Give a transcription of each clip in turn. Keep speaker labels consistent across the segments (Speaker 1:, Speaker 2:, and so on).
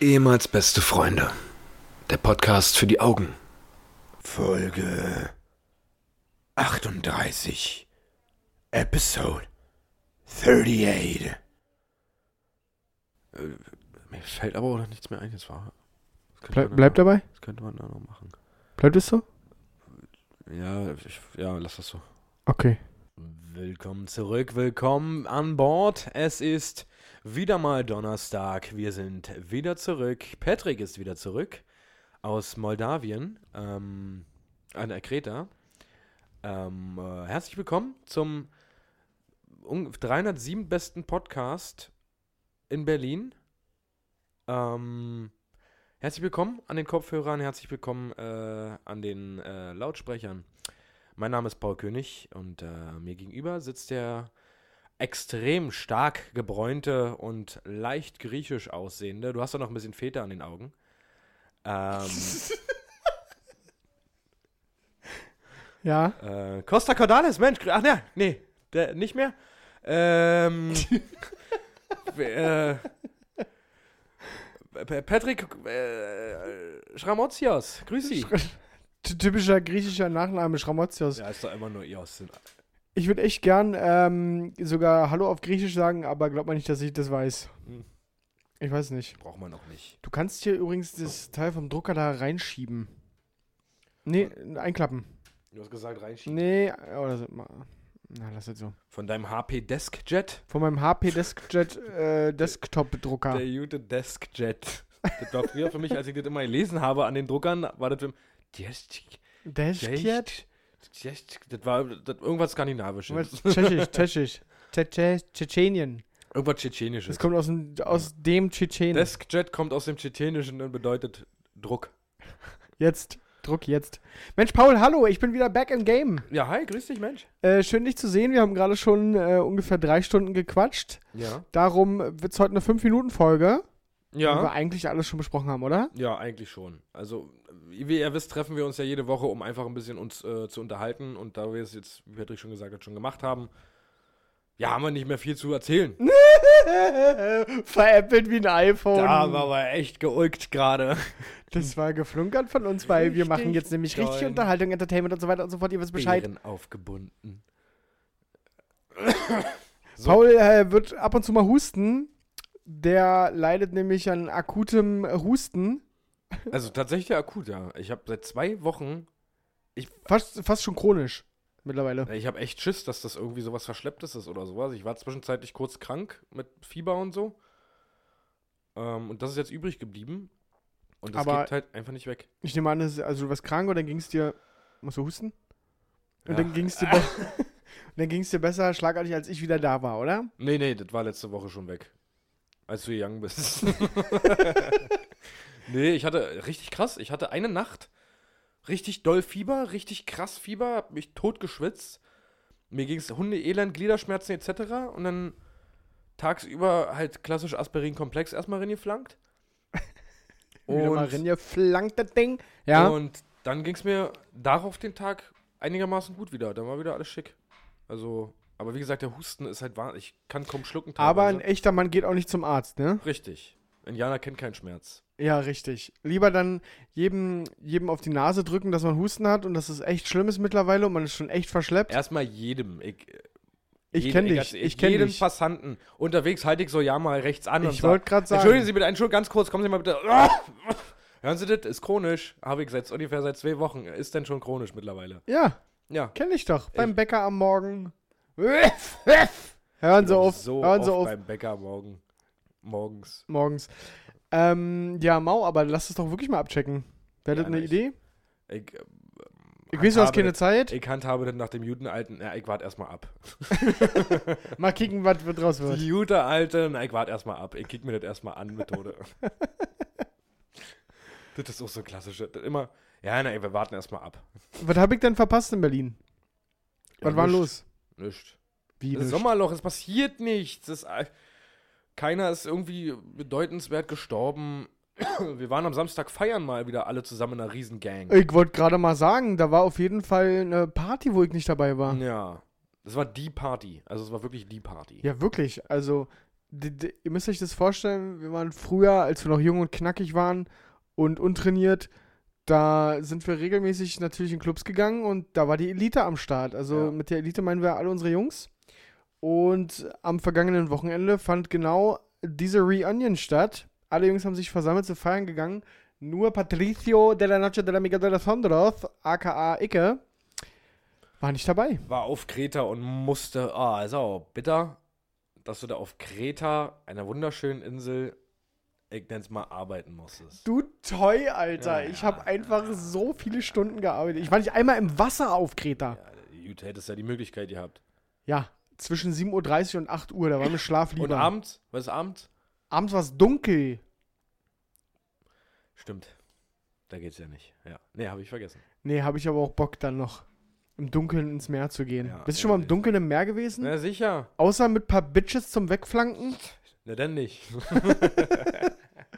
Speaker 1: Ehemals beste Freunde. Der Podcast für die Augen.
Speaker 2: Folge 38. Episode 38.
Speaker 1: Äh, Mir fällt aber auch nichts mehr ein, jetzt war.
Speaker 3: Ble bleibt dabei?
Speaker 1: Das könnte man da noch machen.
Speaker 3: Bleibt es so?
Speaker 1: Ja, ich, ja, lass das so.
Speaker 3: Okay.
Speaker 1: Willkommen zurück, willkommen an Bord. Es ist wieder mal Donnerstag. Wir sind wieder zurück. Patrick ist wieder zurück aus Moldawien, ähm, an der Kreta. Ähm, äh, herzlich willkommen zum un- 307 besten Podcast in Berlin. Ähm, herzlich willkommen an den Kopfhörern, herzlich willkommen äh, an den äh, Lautsprechern. Mein Name ist Paul König und äh, mir gegenüber sitzt der extrem stark gebräunte und leicht griechisch aussehende. Du hast doch noch ein bisschen Feta an den Augen. Ähm,
Speaker 3: Ja.
Speaker 1: äh, Costa Cordalis, Mensch, ach ja, nee, der, nicht mehr. Ähm, äh, P- Patrick äh, Schramotzios, grüß Sie.
Speaker 3: Ty- Typischer griechischer Nachname Schramotzios.
Speaker 1: Ja, ist doch immer nur Ios.
Speaker 3: Ich würde echt gern ähm, sogar Hallo auf Griechisch sagen, aber glaub mal nicht, dass ich das weiß.
Speaker 1: Hm.
Speaker 3: Ich weiß nicht.
Speaker 1: Braucht man noch nicht.
Speaker 3: Du kannst hier übrigens das Teil vom Drucker da reinschieben. Nee, einklappen.
Speaker 1: Du hast gesagt, reinschieben.
Speaker 3: Nee, oder so. ma- Na, lass das so.
Speaker 1: Von deinem HP Deskjet.
Speaker 3: Von meinem HP Deskjet äh, Desktop-Drucker.
Speaker 1: Der gute Deskjet. Das war früher für mich, als ich das immer gelesen habe an den Druckern, war das für Deskjet.
Speaker 3: Deskjet?
Speaker 1: Desk- Das war das, irgendwas Skandinavisches.
Speaker 3: Was? Tschechisch, Tschechisch. Tsche- Tschetschenien.
Speaker 1: Irgendwas
Speaker 3: Das
Speaker 1: Tschetschenisches.
Speaker 3: kommt aus dem, aus dem Tschetschenen.
Speaker 1: Deskjet kommt aus dem Tschetschenischen und bedeutet Druck.
Speaker 3: Jetzt. Druck jetzt. Mensch, Paul, hallo, ich bin wieder back im Game.
Speaker 1: Ja, hi, grüß dich, Mensch.
Speaker 3: Äh, schön, dich zu sehen. Wir haben gerade schon äh, ungefähr drei Stunden gequatscht.
Speaker 1: Ja.
Speaker 3: Darum wird es heute eine 5-Minuten-Folge, die wir
Speaker 1: Ja.
Speaker 3: eigentlich alles schon besprochen haben, oder?
Speaker 1: Ja, eigentlich schon. Also, wie ihr wisst, treffen wir uns ja jede Woche, um einfach ein bisschen uns äh, zu unterhalten. Und da wir es jetzt, wie Patrick schon gesagt hat, schon gemacht haben, ja, haben wir nicht mehr viel zu erzählen.
Speaker 3: Veräppelt wie ein iPhone.
Speaker 1: Da war aber echt geulgt gerade.
Speaker 3: das war geflunkert von uns, weil wir
Speaker 1: Richtig
Speaker 3: machen jetzt nämlich richtig
Speaker 1: doll.
Speaker 3: Unterhaltung, Entertainment und so weiter und so fort. Ihr wisst Bescheid.
Speaker 1: Beeren aufgebunden. So.
Speaker 3: Paul äh, wird ab und zu mal husten. Der leidet nämlich an akutem Husten.
Speaker 1: Also tatsächlich akut, ja. Ich habe seit zwei Wochen,
Speaker 3: Fast, fast schon chronisch mittlerweile.
Speaker 1: äh, ich habe echt Schiss, dass das irgendwie sowas Verschlepptes ist oder sowas. Ich war zwischenzeitlich kurz krank mit Fieber und so. Ähm, und das ist jetzt übrig geblieben. Und das
Speaker 3: Aber-
Speaker 1: geht halt einfach nicht weg.
Speaker 3: Ich nehme an, es- also du warst krank und dann ging es dir. Musst du husten? Und
Speaker 1: Ja.
Speaker 3: dann ging es dir, be und dann ging's dir besser schlagartig, als ich wieder da war, oder?
Speaker 1: Nee, nee, das war letzte Woche schon weg. Als du gegangen bist. nee, ich hatte richtig krass. Ich hatte eine Nacht richtig doll Fieber, richtig krass Fieber, hab mich tot geschwitzt. Mir ging's Hundeelend, Gliederschmerzen etc. Und dann tagsüber halt klassisch Aspirin-Komplex erstmal reingeflankt.
Speaker 3: wieder mal
Speaker 1: Und,
Speaker 3: rein, ihr flankt das Ding. Ja.
Speaker 1: und dann ging's mir darauf den Tag einigermaßen gut wieder. Dann war wieder alles schick. Also, aber wie gesagt, der Husten ist halt wahnsinnig. Ich kann kaum schlucken.
Speaker 3: aber
Speaker 1: teilweise.
Speaker 3: ein echter Mann geht auch nicht zum Arzt, ne?
Speaker 1: Richtig. Indianer kennt keinen Schmerz.
Speaker 3: Ja, richtig. Lieber dann jedem, jedem auf die Nase drücken, dass man Husten hat und dass es echt schlimm ist mittlerweile und man ist schon echt verschleppt.
Speaker 1: Erstmal jedem. Ich,
Speaker 3: ich
Speaker 1: jeden-
Speaker 3: kenne
Speaker 1: egal,
Speaker 3: dich. Ich kenne
Speaker 1: Jeden
Speaker 3: dich.
Speaker 1: Passanten. Unterwegs halte ich so ja mal rechts an. und
Speaker 3: Ich
Speaker 1: sag,
Speaker 3: wollte gerade sagen.
Speaker 1: Entschuldigen Sie bitte, Entschuldigung, ganz kurz, kommen Sie mal bitte. Hören Sie das? Ist chronisch. Habe ich seit ungefähr seit zwei Wochen. Ist denn schon chronisch mittlerweile.
Speaker 3: Ja,
Speaker 1: Ja.
Speaker 3: kenne ich doch.
Speaker 1: Ich-
Speaker 3: Beim Bäcker am Morgen. Hören Sie auf. Hören
Speaker 1: oft
Speaker 3: Sie auf.
Speaker 1: beim Bäcker morgen. Morgens.
Speaker 3: morgens. Ähm, ja, Mau, aber lass es doch wirklich mal abchecken. Wäre das
Speaker 1: Ja,
Speaker 3: eine
Speaker 1: na, ich-
Speaker 3: Idee?
Speaker 1: Ich, äh,
Speaker 3: Ich weiß, du hast
Speaker 1: habe
Speaker 3: keine
Speaker 1: das-
Speaker 3: Zeit.
Speaker 1: ich handhabe das nach dem juden alten. Ja, ich warte erstmal ab.
Speaker 3: Mal kicken, was wird draus wird.
Speaker 1: Die gute alte, na, ich warte erstmal ab. Ich kick mir das erstmal an, Methode. das ist auch so klassische. Das immer, ja, nein, wir warten erstmal ab.
Speaker 3: Was habe ich denn verpasst in Berlin? Was war los?
Speaker 1: Nicht.
Speaker 3: Wie
Speaker 1: Das
Speaker 3: nischt?
Speaker 1: Sommerloch, es passiert nichts. Es, äh, keiner ist irgendwie bedeutenswert gestorben. Wir waren am Samstag feiern mal wieder alle zusammen in einer Riesengang.
Speaker 3: Ich wollte gerade mal sagen, da war auf jeden Fall eine Party, wo ich nicht dabei war.
Speaker 1: Ja. Das war die Party. Also es war wirklich die Party.
Speaker 3: Ja, wirklich. Also, d- d- ihr müsst euch das vorstellen, wir waren früher, als wir noch jung und knackig waren und untrainiert, da sind wir regelmäßig natürlich in Clubs gegangen und da war die Elite am Start. Also
Speaker 1: Ja.
Speaker 3: mit der Elite meinen wir alle unsere Jungs. Und am vergangenen Wochenende fand genau diese Reunion statt. Alle Jungs haben sich versammelt, zu feiern gegangen. Nur Patricio de la Noche de la Miga de los Sondros, aka Icke, war nicht dabei.
Speaker 1: War auf Kreta und musste. Ah, ist auch bitter, dass du da auf Kreta, einer wunderschönen Insel, ich nenn's mal, arbeiten musstest.
Speaker 3: Du Toy, Alter.
Speaker 1: Ja,
Speaker 3: ich
Speaker 1: ja,
Speaker 3: habe einfach so viele Stunden gearbeitet. Ich war nicht einmal im Wasser auf Kreta.
Speaker 1: Gut, hättest ja die Möglichkeit gehabt.
Speaker 3: Ja, zwischen 7.30 Uhr und 8 Uhr, da war mir Schlaf
Speaker 1: Und
Speaker 3: lieber.
Speaker 1: abends? Was ist abends?
Speaker 3: Abends war es dunkel.
Speaker 1: Stimmt. Da geht's ja nicht. Ja. Nee, habe ich vergessen.
Speaker 3: Nee, habe ich aber auch Bock dann noch im Dunkeln ins Meer zu gehen.
Speaker 1: Ja,
Speaker 3: Bist du schon mal im
Speaker 1: ehrlich. Ne.
Speaker 3: Dunkeln im Meer gewesen?
Speaker 1: Na sicher.
Speaker 3: Außer mit paar Bitches zum Wegflanken?
Speaker 1: Na dann nicht.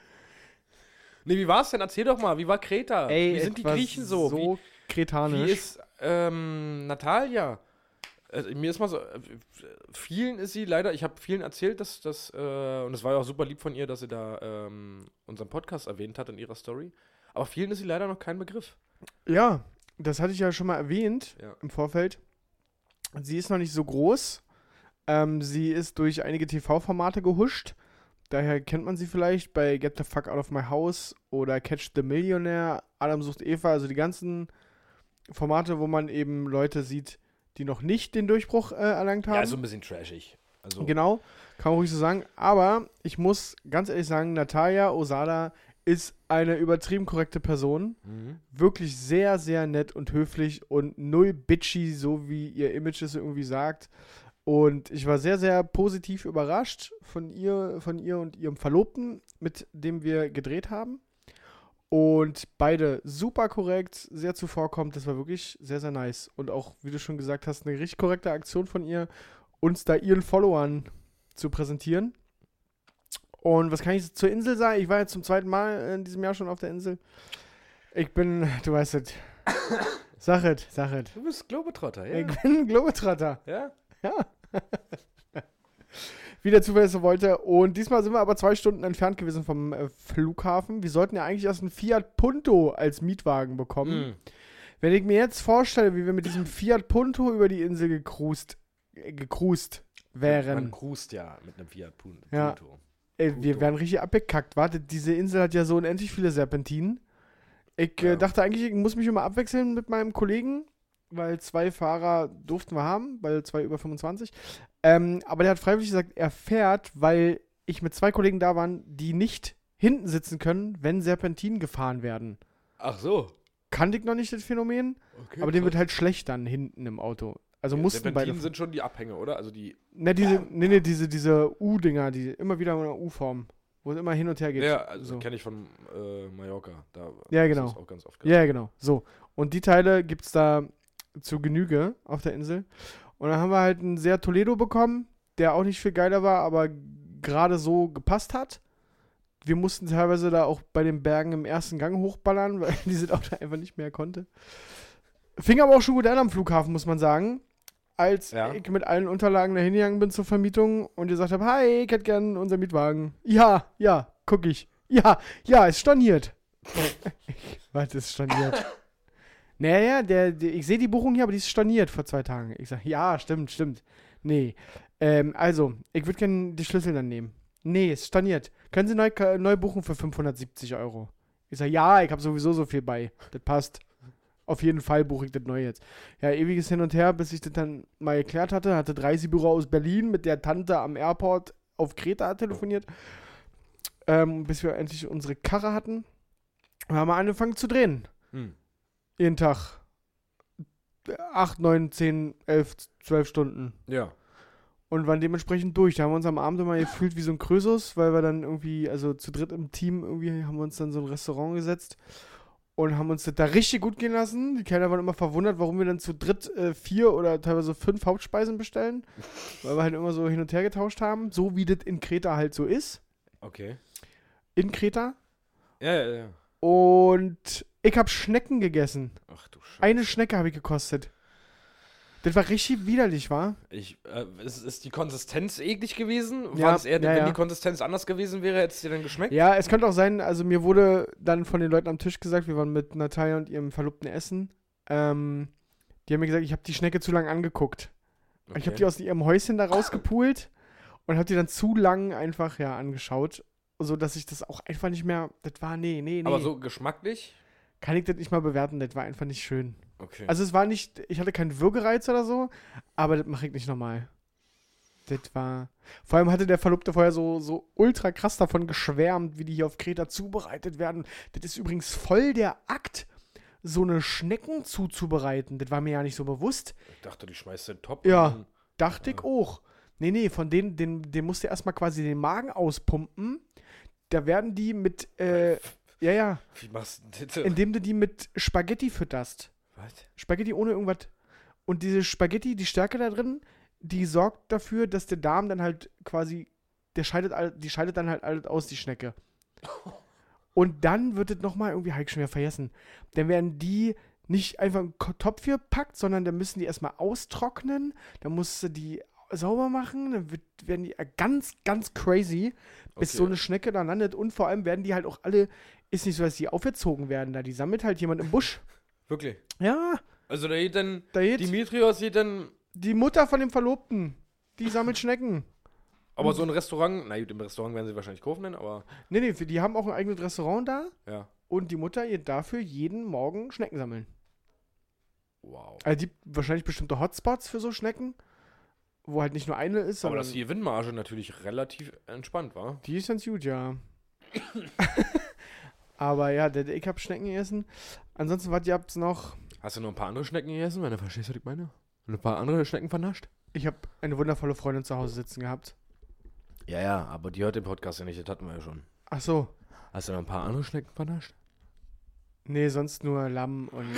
Speaker 1: nee, wie war's denn? Erzähl doch mal, wie war Kreta? wie
Speaker 3: es
Speaker 1: sind die
Speaker 3: war
Speaker 1: Griechen so? wie,
Speaker 3: So kretanisch.
Speaker 1: wie ist ähm, Natalia? Also, mir ist mal so, äh, vielen ist sie leider, ich habe vielen erzählt, dass das, äh, und es war ja auch super lieb von ihr, dass sie da ähm, unseren Podcast erwähnt hat in ihrer Story, aber vielen ist sie leider noch kein Begriff.
Speaker 3: Ja, das hatte ich ja schon mal erwähnt
Speaker 1: Ja.
Speaker 3: im Vorfeld. Sie ist noch nicht so groß. Ähm, sie ist durch einige TV-Formate gehuscht. Daher kennt man sie vielleicht bei Get the Fuck Out of My House oder Catch the Millionaire, Adam sucht Eva, also die ganzen Formate, wo man eben Leute sieht, die noch nicht den Durchbruch äh, erlangt haben.
Speaker 1: Ja, so ein bisschen trashig. Also,
Speaker 3: Genau, kann man ruhig so sagen. Aber ich muss ganz ehrlich sagen, Natalia Osada ist eine übertrieben korrekte Person
Speaker 1: Mhm.
Speaker 3: wirklich sehr, sehr nett und höflich und null bitchy, so wie ihr Image es irgendwie sagt. Und ich war sehr, sehr positiv überrascht von ihr, von ihr und ihrem Verlobten, mit dem wir gedreht haben. Und beide super korrekt, sehr zuvorkommend. Das war wirklich sehr, sehr nice. Und auch, wie du schon gesagt hast, eine richtig korrekte Aktion von ihr, uns da ihren Followern zu präsentieren. Und was kann ich zur Insel sagen? Ich war jetzt zum zweiten Mal in diesem Jahr schon auf der Insel. Ich bin, du weißt es. Sag es, sag es.
Speaker 1: Du bist Globetrotter, ja?
Speaker 3: Ich bin ein Globetrotter.
Speaker 1: ja?
Speaker 3: Wie der Zufall es so wollte. Und diesmal sind wir aber zwei Stunden entfernt gewesen vom äh, Flughafen. Wir sollten ja eigentlich erst einen Fiat Punto als Mietwagen bekommen.
Speaker 1: Mhm.
Speaker 3: Wenn ich mir jetzt vorstelle, wie wir mit diesem Fiat Punto über die Insel gecruist, äh, gecruist
Speaker 1: Man
Speaker 3: wären.
Speaker 1: cruist ja mit einem Fiat Punto.
Speaker 3: Ja. Ey, wir wären richtig abgekackt. Warte, diese Insel hat ja so unendlich viele Serpentinen. Ich äh,
Speaker 1: Ja.
Speaker 3: dachte eigentlich, ich muss mich immer abwechseln mit meinem Kollegen, weil zwei Fahrer durften wir haben, weil zwei über 25. Ähm, aber der hat freiwillig gesagt, er fährt, weil ich mit zwei Kollegen da waren, die nicht hinten sitzen können, wenn Serpentinen gefahren werden.
Speaker 1: Ach so.
Speaker 3: Kannte ich noch nicht das Phänomen,
Speaker 1: Okay,
Speaker 3: aber dem wird
Speaker 1: krass.
Speaker 3: halt schlecht dann hinten im Auto. Also
Speaker 1: Ja,
Speaker 3: mussten beide.
Speaker 1: Serpentinen sind schon die Abhänge, oder? Also die.
Speaker 3: Ne, diese, nee, nee, diese, diese U-Dinger, die immer wieder in einer U-Form, wo es immer hin und her geht.
Speaker 1: Ja, also
Speaker 3: so.
Speaker 1: kenne ich von äh, Mallorca. Da
Speaker 3: Ja,
Speaker 1: ist
Speaker 3: genau.
Speaker 1: das auch ganz oft
Speaker 3: Ja, genau. So. Und die Teile gibt es da zu Genüge auf der Insel. Und dann haben wir halt einen sehr Toledo bekommen, der auch nicht viel geiler war, aber gerade so gepasst hat. Wir mussten teilweise da auch bei den Bergen im ersten Gang hochballern, weil diese Auto einfach nicht mehr konnte. Fing aber auch schon gut an am Flughafen, muss man sagen. Als
Speaker 1: Ja.
Speaker 3: ich mit allen Unterlagen dahin gegangen bin zur Vermietung und gesagt habe, hi, ich hätte gern unseren Mietwagen. Ja, ja, guck ich. Ja, ja, ist storniert. Was ist storniert? naja, der, der, ich sehe die Buchung hier, aber die ist storniert vor zwei Tagen. Ich sage, ja, stimmt, stimmt. Nee. Ähm, also, ich würde gerne die Schlüssel dann nehmen. Nee, ist storniert. Können Sie neu, ka- neu buchen für 570 Euro? Ich sage, ja, ich habe sowieso so viel bei. Das passt. Auf jeden Fall buche ich das neu jetzt. Ja, ewiges Hin und Her, bis ich das dann mal geklärt hatte. Hatte 30 Büro aus Berlin mit der Tante am Airport auf Kreta telefoniert. Ähm, bis wir endlich unsere Karre hatten. Und haben wir angefangen zu drehen.
Speaker 1: Hm.
Speaker 3: Jeden Tag. 8, 9, 10, 11, 12 Stunden.
Speaker 1: Ja.
Speaker 3: Und waren dementsprechend durch. Da haben wir uns am Abend immer gefühlt wie so ein Krösus, weil wir dann irgendwie, also zu dritt im Team irgendwie, haben wir uns dann so ein Restaurant gesetzt und haben uns das da richtig gut gehen lassen. Die Kellner waren immer verwundert, warum wir dann zu dritt äh, vier oder teilweise fünf Hauptspeisen bestellen, weil wir halt immer so hin und her getauscht haben, so wie das in Kreta halt so ist.
Speaker 1: Okay.
Speaker 3: In Kreta.
Speaker 1: Ja, ja, ja.
Speaker 3: Und ich habe Schnecken gegessen.
Speaker 1: Ach du Scheiße.
Speaker 3: Eine Schnecke habe ich gekostet. Das war richtig widerlich, war?
Speaker 1: Ich, äh, ist, ist die Konsistenz eklig gewesen?
Speaker 3: Ja,
Speaker 1: War es eher,
Speaker 3: ja,
Speaker 1: wenn
Speaker 3: ja.
Speaker 1: die Konsistenz anders gewesen wäre, hätte es dir dann geschmeckt?
Speaker 3: Ja, es könnte auch sein, also mir wurde dann von den Leuten am Tisch gesagt, wir waren mit Natalia und ihrem Verlobten essen. Ähm, die haben mir gesagt, ich habe die Schnecke zu lang angeguckt. Und Ich habe die aus ihrem Häuschen da rausgepult und habe die dann zu lang einfach ja angeschaut, so dass ich das auch einfach nicht mehr. Das war nee, nee, nee.
Speaker 1: Aber so geschmacklich?
Speaker 3: kann ich das nicht mal bewerten. Das war einfach nicht schön.
Speaker 1: Okay.
Speaker 3: Also es war nicht, ich hatte keinen Würgereiz oder so, aber das mache ich nicht normal. Das war. Vor allem hatte der Verlobte vorher so, so ultra krass davon geschwärmt, wie die hier auf Kreta zubereitet werden. Das ist übrigens voll der Akt, so eine Schnecken zuzubereiten. Das war mir ja nicht so bewusst.
Speaker 1: ich dachte, die schmeißt den Top.
Speaker 3: Ja.
Speaker 1: und dann-
Speaker 3: Dachte ich auch. Nee, nee, von denen, den, den musst du erstmal quasi den Magen auspumpen. Da werden die mit, äh, ja, ja,
Speaker 1: Wie machst du denn das?
Speaker 3: indem du die mit Spaghetti fütterst.
Speaker 1: Was?
Speaker 3: Spaghetti ohne irgendwas. Und diese Spaghetti, die Stärke da drin, die sorgt dafür, dass der Darm dann halt quasi, der scheidet, all- die scheidet dann halt alles aus, die Schnecke. Und dann wird es nochmal irgendwie, habe ich schon wieder vergessen. Dann werden die nicht einfach in den Topf gepackt, sondern dann müssen die erstmal austrocknen. Dann musst du die sauber machen. Dann wird, werden die ganz, ganz crazy, bis
Speaker 1: Okay.
Speaker 3: so eine Schnecke da landet. Und vor allem werden die halt auch alle, ist nicht so, dass die aufgezogen werden da. Die sammelt halt jemand im Busch.
Speaker 1: Wirklich?
Speaker 3: Ja,
Speaker 1: Also da geht dann,
Speaker 3: da geht
Speaker 1: Dimitrios geht dann,
Speaker 3: die Mutter von dem Verlobten, die sammelt Schnecken. Mhm.
Speaker 1: aber so ein Restaurant, na gut, im Restaurant werden sie wahrscheinlich kaufen, dann, aber
Speaker 3: Nee, nee, die haben auch ein eigenes Restaurant da
Speaker 1: ja.
Speaker 3: und die Mutter ihr dafür jeden Morgen Schnecken sammeln.
Speaker 1: Wow.
Speaker 3: Also die wahrscheinlich bestimmte Hotspots für so Schnecken, wo halt nicht nur eine ist,
Speaker 1: Aber
Speaker 3: sondern
Speaker 1: dass die Gewinnmarge natürlich relativ entspannt war.
Speaker 3: die ist ganz gut, ja. Aber ja, der, der- ich hab Schnecken gegessen. Ansonsten, was ihr habt's noch?
Speaker 1: Hast du noch ein paar andere Schnecken gegessen, wenn du verstehst, was ich meine? Und ein paar andere Schnecken vernascht?
Speaker 3: Ich hab eine wundervolle Freundin zu Hause sitzen gehabt.
Speaker 1: Ja, ja, aber die hört den Podcast ja nicht, das hatten wir ja schon.
Speaker 3: Ach so,
Speaker 1: Hast du noch ein paar andere Schnecken vernascht?
Speaker 3: nee, sonst nur Lamm und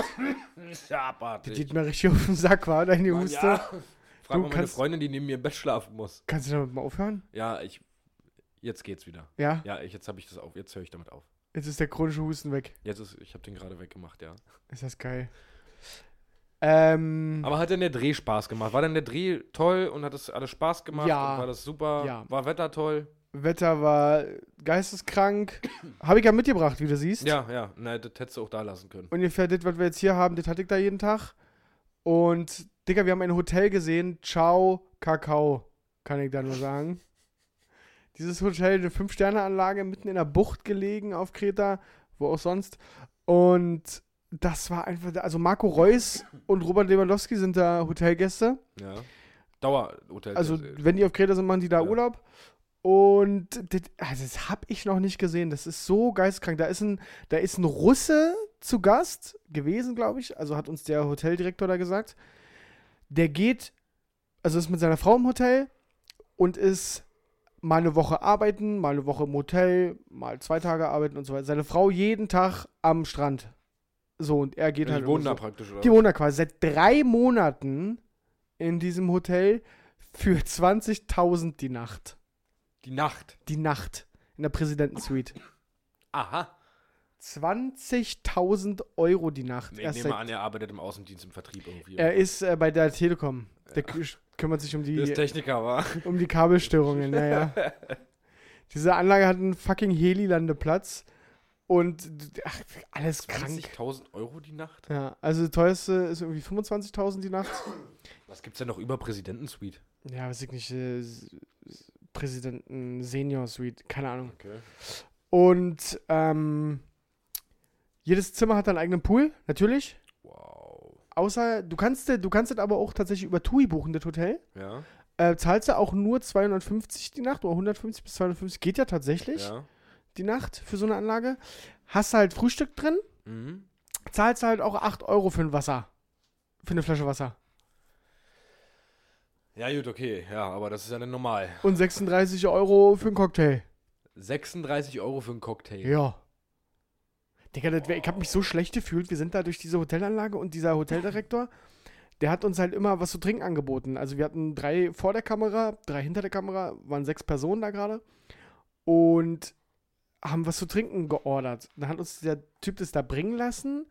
Speaker 1: Ja,
Speaker 3: die
Speaker 1: abartig.
Speaker 3: geht mir richtig auf den Sack, war deine
Speaker 1: Mann,
Speaker 3: Huste.
Speaker 1: ja. Frag
Speaker 3: Du
Speaker 1: mal meine
Speaker 3: kannst-
Speaker 1: Freundin, die neben mir im Bett schlafen muss.
Speaker 3: Kannst du damit mal aufhören?
Speaker 1: Ja, ich. Jetzt geht's wieder.
Speaker 3: Ja?
Speaker 1: Ja, ich, jetzt habe ich das auf. Jetzt höre ich damit auf.
Speaker 3: Jetzt ist der chronische Husten weg.
Speaker 1: Jetzt ist. Ich habe den gerade weggemacht, ja.
Speaker 3: Ist das geil. Ähm,
Speaker 1: Aber hat denn der Dreh Spaß gemacht? War denn der Dreh toll und hat das alles Spaß gemacht?
Speaker 3: Ja.
Speaker 1: Und war das super?
Speaker 3: Ja.
Speaker 1: War Wetter toll?
Speaker 3: Wetter war geisteskrank. Habe ich ja mitgebracht, wie du siehst.
Speaker 1: Ja, ja. Na, das hättest du auch da lassen können.
Speaker 3: Ungefähr das, was wir jetzt hier haben, das hatte ich da jeden Tag. Und, Digga, wir haben ein Hotel gesehen. Ciao, Kakao, kann ich da nur sagen. Dieses Hotel, eine Fünf-Sterne-Anlage, mitten in der Bucht gelegen auf Kreta, wo auch sonst. Und das war einfach, also Marco Reus und Robert Lewandowski sind da Hotelgäste.
Speaker 1: Ja. Dauerhotel. Äh,
Speaker 3: Also, wenn die auf Kreta sind, machen die da
Speaker 1: Ja.
Speaker 3: Urlaub. Und das, also das habe ich noch nicht gesehen. Das ist so geistkrank. Da ist ein, da ist ein Russe zu Gast gewesen, glaube ich. Also hat uns der Hoteldirektor da gesagt. Der geht, also ist mit seiner Frau im Hotel und ist mal eine Woche arbeiten, mal eine Woche im Hotel, mal zwei Tage arbeiten und so weiter. Seine Frau jeden Tag am Strand. So, und er geht
Speaker 1: die
Speaker 3: halt.
Speaker 1: wohnen
Speaker 3: immer
Speaker 1: da
Speaker 3: so.
Speaker 1: praktisch, oder?
Speaker 3: Die wohnen da quasi seit drei Monaten in diesem Hotel für 20.000 die Nacht.
Speaker 1: die Nacht.
Speaker 3: Die Nacht in der Präsidentensuite.
Speaker 1: Aha.
Speaker 3: 20.000 Euro die Nacht.
Speaker 1: Ich
Speaker 3: Erst
Speaker 1: nehme
Speaker 3: seit-
Speaker 1: an, er arbeitet im Außendienst im Vertrieb irgendwie.
Speaker 3: er ist äh, bei der Telekom. Der kü- kümmert sich um
Speaker 1: ist
Speaker 3: die,
Speaker 1: Techniker, war.
Speaker 3: um die Kabelstörungen. Naja. Diese Anlage hat einen fucking Heli-Landeplatz. Und ach, alles krank.
Speaker 1: 20.000 Euro die Nacht?
Speaker 3: Ja, also das teuerste ist irgendwie 25.000 die Nacht.
Speaker 1: Was gibt's denn noch über Präsidentensuite?
Speaker 3: Ja, weiß ich nicht, äh, S- S- Präsidenten Senior Suite, keine Ahnung.
Speaker 1: Okay.
Speaker 3: Und ähm, jedes Zimmer hat einen eigenen Pool, natürlich.
Speaker 1: Wow.
Speaker 3: Außer, du kannst äh, du kannst das aber auch tatsächlich über TUI buchen, das Hotel.
Speaker 1: Ja.
Speaker 3: Äh, zahlst du auch nur 250 die Nacht oder 150 bis 250, geht ja tatsächlich
Speaker 1: Ja.
Speaker 3: die Nacht für so eine Anlage. Hast du halt Frühstück drin,
Speaker 1: Mhm.
Speaker 3: zahlst du halt auch 8 Euro für ein Wasser. Für eine Flasche Wasser.
Speaker 1: Ja, gut, okay. Ja, aber das ist ja dann normal.
Speaker 3: Und 36 Euro für einen Cocktail.
Speaker 1: 36 Euro für einen Cocktail.
Speaker 3: Ja. Digga, das wär, ich habe mich so schlecht gefühlt. Wir sind da durch diese Hotelanlage und dieser Hoteldirektor, der hat uns halt immer was zu trinken angeboten. Also wir hatten drei vor der Kamera, drei hinter der Kamera, waren sechs Personen da gerade und haben was zu trinken geordert. Dann hat uns der Typ das da bringen lassen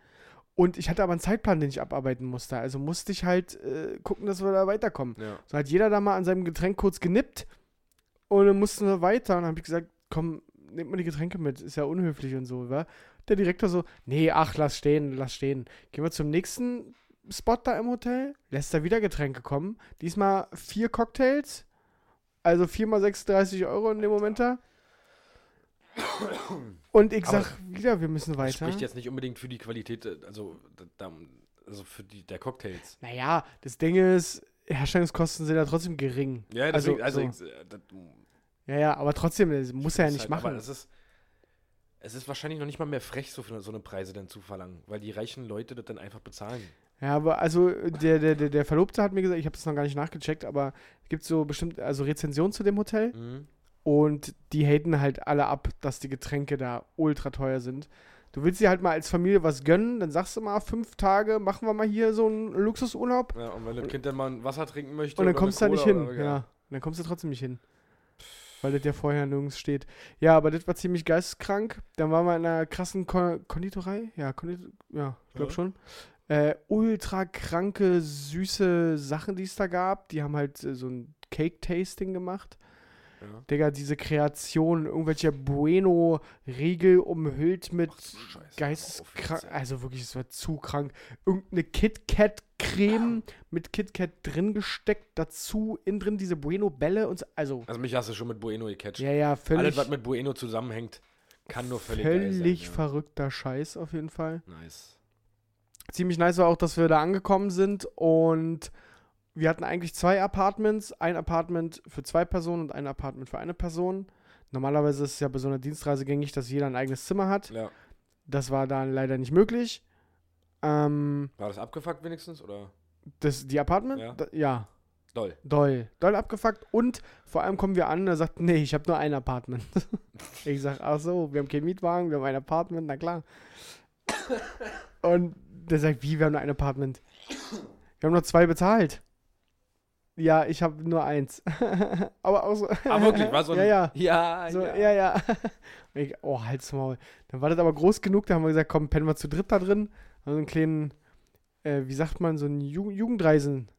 Speaker 3: Und ich hatte aber einen Zeitplan, den ich abarbeiten musste. Also musste ich halt äh, gucken, dass wir da weiterkommen.
Speaker 1: Ja.
Speaker 3: So hat jeder da mal an seinem Getränk kurz genippt und dann mussten wir weiter. Und dann habe ich gesagt, komm, nehmt mal die Getränke mit, ist ja unhöflich und so, wa? Der Direktor so, nee, ach, lass stehen, lass stehen. Gehen wir zum nächsten Spot da im Hotel, lässt da wieder Getränke kommen. Diesmal vier Cocktails, also viermal 36 Euro in dem Moment da. Und ich
Speaker 1: Aber
Speaker 3: sag wieder, wir müssen
Speaker 1: Das
Speaker 3: weiter.
Speaker 1: spricht jetzt nicht unbedingt für die Qualität, äh, also, da- da, also für die der Cocktails.
Speaker 3: Naja, das Ding ist, Herstellungskosten sind ja trotzdem gering.
Speaker 1: Ja,
Speaker 3: Also,
Speaker 1: deswegen, also,
Speaker 3: so.
Speaker 1: ich- äh, das
Speaker 3: Ja, ja, aber trotzdem, das muss er ja
Speaker 1: ist
Speaker 3: nicht
Speaker 1: halt-
Speaker 3: machen.
Speaker 1: Aber es ist, es ist wahrscheinlich noch nicht mal mehr frech, so, für, so eine Preise dann zu verlangen, weil die reichen Leute das dann einfach bezahlen.
Speaker 3: Ja, aber also der, der, der, der Verlobte hat mir gesagt, ich habe das noch gar nicht nachgecheckt, aber es gibt so bestimmt, also Rezensionen zu dem Hotel
Speaker 1: Mhm.
Speaker 3: und die haten halt alle ab, dass die Getränke da ultra teuer sind. Du willst dir halt mal als Familie was gönnen, dann sagst du mal, fünf Tage machen wir mal hier so einen Luxusurlaub
Speaker 1: Ja, und wenn das Kind dann mal ein Wasser trinken möchte.
Speaker 3: und dann
Speaker 1: oder
Speaker 3: kommst du da
Speaker 1: eine
Speaker 3: nicht hin.
Speaker 1: Cola oder-
Speaker 3: Ja. Und dann kommst du trotzdem nicht hin. Weil das ja vorher nirgends steht. Ja, aber das war ziemlich geisteskrank. Dann waren wir in einer krassen Ko Konditorei. Ja, Kondit ja ich glaube
Speaker 1: Ja.
Speaker 3: schon. Äh, ultra kranke, süße Sachen, die es da gab. Die haben halt äh, so ein Cake-Tasting gemacht.
Speaker 1: Ja.
Speaker 3: Digga, diese Kreation, irgendwelcher Bueno-Riegel umhüllt mit
Speaker 1: Ach du Scheiße, hör mal
Speaker 3: geisteskrank.
Speaker 1: auf jetzt, ey.
Speaker 3: Also wirklich, es war zu krank. Irgendeine KitKat-Creme mit KitKat drin gesteckt, dazu innen drin diese Bueno-Bälle und so. Also,
Speaker 1: Also mich hast du schon mit Bueno gecatcht.
Speaker 3: ja, ja,
Speaker 1: Alles,
Speaker 3: völlig,
Speaker 1: was mit Bueno zusammenhängt, kann nur völlig, geil sein.
Speaker 3: völlig
Speaker 1: ja.
Speaker 3: verrückter Scheiß auf jeden Fall.
Speaker 1: Nice.
Speaker 3: Ziemlich nice war auch, dass wir da angekommen sind und wir hatten eigentlich zwei Apartments. Ein Apartment für zwei Personen und ein Apartment für eine Person. Normalerweise ist es ja bei so einer Dienstreise gängig, dass jeder ein eigenes Zimmer hat.
Speaker 1: Ja.
Speaker 3: Das war da leider nicht möglich. Ähm,
Speaker 1: War das abgefuckt wenigstens? Oder?
Speaker 3: das, die Apartment?
Speaker 1: Ja.
Speaker 3: Da, ja.
Speaker 1: Doll.
Speaker 3: Doll. Doll abgefuckt. Und vor allem kommen wir an und er sagt, nee, ich habe nur ein Apartment. ich sag, ach so, wir haben keinen Mietwagen, wir haben ein Apartment, na klar. und der sagt, wie, wir haben nur ein Apartment? Wir haben nur zwei bezahlt. Ja, ich habe nur eins. Aber auch so.
Speaker 1: Ah, wirklich? War so ein.
Speaker 3: Ja, ja.
Speaker 1: Ja,
Speaker 3: So,
Speaker 1: ja.
Speaker 3: ja, ja. Und Ich, oh, halt's Maul. Dann war das aber groß genug, da haben wir gesagt, komm, pennen wir zu dritt da drin. Haben so einen kleinen, äh, wie sagt man, so einen Ju Jugendreisen.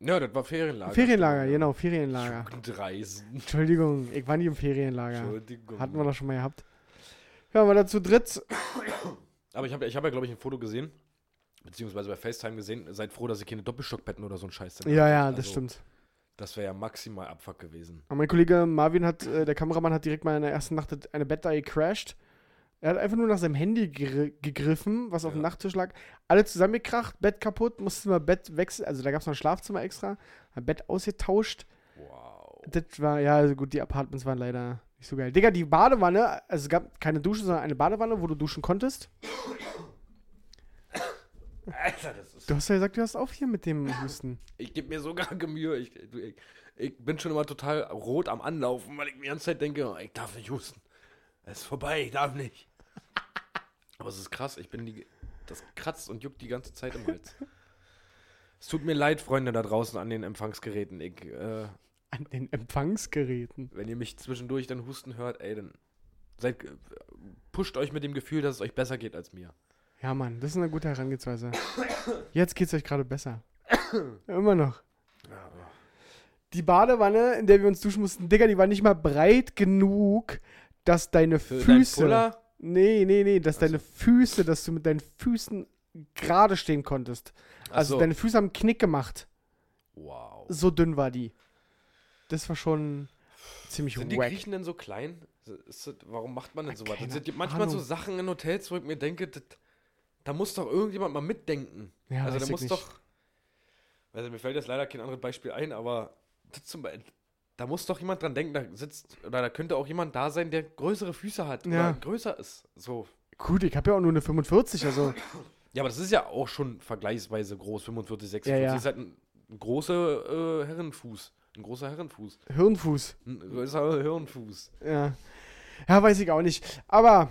Speaker 1: Ja, das war Ferienlager.
Speaker 3: Ferienlager,
Speaker 1: Stimmt,
Speaker 3: genau,
Speaker 1: ja.
Speaker 3: Ferienlager.
Speaker 1: Jugendreisen.
Speaker 3: Entschuldigung, ich war nicht im Ferienlager.
Speaker 1: Entschuldigung.
Speaker 3: Hatten wir doch schon mal gehabt. Ja, war da zu dritt.
Speaker 1: Aber ich habe ich hab ja, glaube ich, ein Foto gesehen. Beziehungsweise bei FaceTime gesehen. Seid froh, dass ihr keine Doppelstockbetten oder so ein Scheiß dann
Speaker 3: Ja,
Speaker 1: hattet.
Speaker 3: ja, das
Speaker 1: Also,
Speaker 3: stimmt.
Speaker 1: Das wäre ja maximal Abfuck gewesen.
Speaker 3: Aber mein Kollege Marvin hat, äh, der Kameramann hat direkt mal in der ersten Nacht das- eine Bettdei gecrashed. Er hat einfach nur nach seinem Handy gegr gegriffen, was auf dem
Speaker 1: Ja.
Speaker 3: Nachttisch lag. Alle zusammengekracht, Bett kaputt, mussten wir Bett wechseln. Also da gab es noch ein Schlafzimmer extra, haben Bett ausgetauscht.
Speaker 1: Wow.
Speaker 3: Das war, ja, also gut, die Apartments waren leider nicht so geil. Digga, die Badewanne, also es gab keine Dusche, sondern eine Badewanne, wo du duschen konntest.
Speaker 1: Alter, das ist.
Speaker 3: Du hast ja gesagt, du hast auf hier mit dem Husten.
Speaker 1: Ich gebe mir so gar Mühe. Ich, du, ich, ich bin schon immer total rot am Anlaufen, weil ich mir die ganze Zeit denke, oh, ich darf nicht husten. Es ist vorbei, ich darf nicht. Aber es ist krass, ich bin die. Das kratzt und juckt die ganze Zeit im Hals. Es tut mir leid, Freunde da draußen an den Empfangsgeräten. Ich, äh,
Speaker 3: An den Empfangsgeräten.
Speaker 1: wenn ihr mich zwischendurch dann husten hört, ey, dann seid, äh, pusht euch mit dem Gefühl, dass es euch besser geht als mir.
Speaker 3: Ja, Mann, das ist eine gute Herangehensweise. Jetzt geht's euch gerade besser. Immer noch. Die Badewanne, in der wir uns duschen mussten, Digga, die war nicht mal breit genug, dass deine
Speaker 1: deinen
Speaker 3: Füße.
Speaker 1: Puller?
Speaker 3: nee, nee, nee, dass deine Füße, dass du mit deinen Füßen gerade stehen konntest.
Speaker 1: Ach
Speaker 3: Also
Speaker 1: so.
Speaker 3: deine Füße haben einen Knick gemacht.
Speaker 1: Wow.
Speaker 3: So dünn war die. Das war schon ziemlich
Speaker 1: Sind die
Speaker 3: wack.
Speaker 1: Griechen denn so klein? So- Ist das, warum macht man denn
Speaker 3: Ah,
Speaker 1: sowas?
Speaker 3: keine
Speaker 1: Das sind manchmal so
Speaker 3: Ahnung.
Speaker 1: Sachen in Hotels, wo ich mir denke, das, da muss doch irgendjemand mal mitdenken.
Speaker 3: Ja,
Speaker 1: also
Speaker 3: weiß
Speaker 1: da
Speaker 3: ich
Speaker 1: muss
Speaker 3: nicht.
Speaker 1: doch. Also mir fällt jetzt leider kein anderes Beispiel ein, aber das zum Beispiel. Da muss doch jemand dran denken, da sitzt, oder da könnte auch jemand da sein, der größere Füße hat
Speaker 3: Ja.
Speaker 1: oder größer ist. So.
Speaker 3: Gut, ich habe ja auch nur eine 45, also.
Speaker 1: Ja, aber das ist ja auch schon vergleichsweise groß, 45, 46.
Speaker 3: Ja, ja.
Speaker 1: Das ist halt ein, ein großer äh, Herrenfuß. Ein großer Herrenfuß.
Speaker 3: Hirnfuß.
Speaker 1: Ein größerer Hirnfuß.
Speaker 3: Ja. ja, weiß ich auch nicht. Aber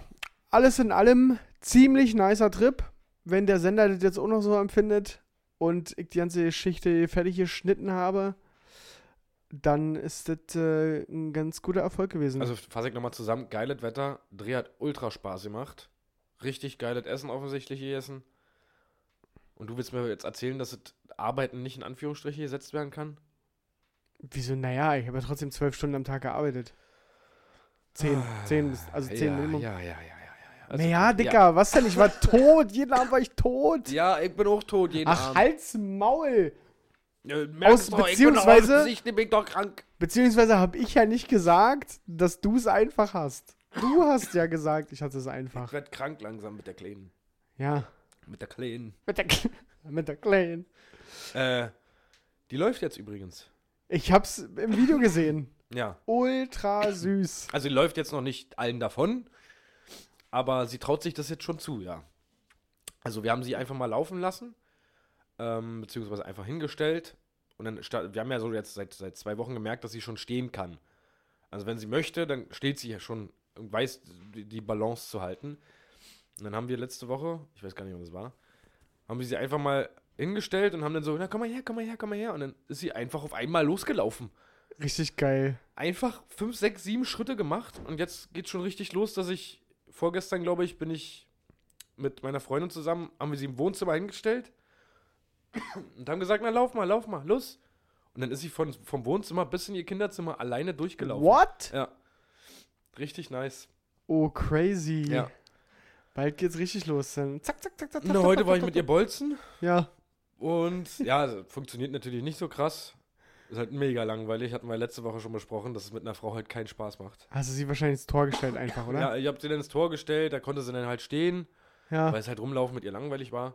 Speaker 3: alles in allem ziemlich nicer Trip, wenn der Sender das jetzt auch noch so empfindet und ich die ganze Geschichte fertig geschnitten habe, dann ist das äh, ein ganz guter Erfolg gewesen.
Speaker 1: Also fasse ich nochmal zusammen, geiles Wetter, Dreh hat ultra Spaß gemacht. Richtig geiles Essen offensichtlich gegessen. Und du willst mir jetzt erzählen, dass das Arbeiten nicht in Anführungsstriche gesetzt werden kann?
Speaker 3: Wieso? Naja, ich habe ja trotzdem zwölf Stunden am Tag gearbeitet. Zehn.
Speaker 1: Ah,
Speaker 3: zehn, bis- also zehn
Speaker 1: ja,
Speaker 3: Minimum.
Speaker 1: Ja, ja, ja, ja, ja. ja. Also,
Speaker 3: naja, Dicker, was denn? Ich war tot. Jeden Abend war ich tot.
Speaker 1: Ja, ich bin auch tot jeden
Speaker 3: Ach,
Speaker 1: Abend.
Speaker 3: halt's Maul.
Speaker 1: Äh, merkst
Speaker 3: aus-
Speaker 1: doch, ich
Speaker 3: beziehungsweise-
Speaker 1: bin offensichtlich bin ich doch krank.
Speaker 3: Beziehungsweise habe ich ja nicht gesagt, dass du es einfach hast. Du hast ja gesagt, ich hatte es
Speaker 1: Ich
Speaker 3: einfach.
Speaker 1: werd krank langsam mit der Kleinen.
Speaker 3: Ja.
Speaker 1: Mit der Kleinen.
Speaker 3: Mit der, Kle- mit der Kleinen.
Speaker 1: Äh, die läuft jetzt übrigens.
Speaker 3: Ich hab's im Video gesehen.
Speaker 1: Ja.
Speaker 3: Ultra süß.
Speaker 1: Also sie läuft jetzt noch nicht allen davon, aber sie traut sich das jetzt schon zu, ja. Also wir haben sie einfach mal laufen lassen, ähm, beziehungsweise einfach hingestellt. Und dann, sta- wir haben ja so jetzt seit, seit zwei Wochen gemerkt, dass sie schon stehen kann. Also wenn sie möchte, dann steht sie ja schon und weiß, die, die Balance zu halten. Und dann haben wir letzte Woche, ich weiß gar nicht, wann das war, haben wir sie einfach mal hingestellt und haben dann so, na komm mal her, komm mal her, komm mal her. Und dann ist sie einfach auf einmal losgelaufen
Speaker 3: Richtig geil.
Speaker 1: einfach 5, 6, 7 Schritte gemacht und jetzt geht schon richtig los, dass ich vorgestern, glaube ich, bin ich mit meiner Freundin zusammen, haben wir sie im Wohnzimmer hingestellt und haben gesagt, na lauf mal, lauf mal, los. Und dann ist sie von, vom Wohnzimmer bis in ihr Kinderzimmer alleine durchgelaufen.
Speaker 3: What?
Speaker 1: Ja. Richtig nice.
Speaker 3: Oh, crazy.
Speaker 1: Ja.
Speaker 3: Bald geht's richtig los. Dann zack, zack, zack, zack. zack,
Speaker 1: Na, heute
Speaker 3: zack,
Speaker 1: war ich
Speaker 3: zack,
Speaker 1: mit ihr bolzen
Speaker 3: Ja.
Speaker 1: und ja, also, funktioniert natürlich nicht so krass. Ist halt mega langweilig, hatten wir letzte Woche schon besprochen, dass es mit einer Frau halt keinen Spaß macht.
Speaker 3: Hast du sie wahrscheinlich ins Tor gestellt einfach, oder?
Speaker 1: Ja, ich hab sie dann ins Tor gestellt, da konnte sie dann halt stehen.
Speaker 3: Ja.
Speaker 1: weil es halt rumlaufen mit ihr langweilig war.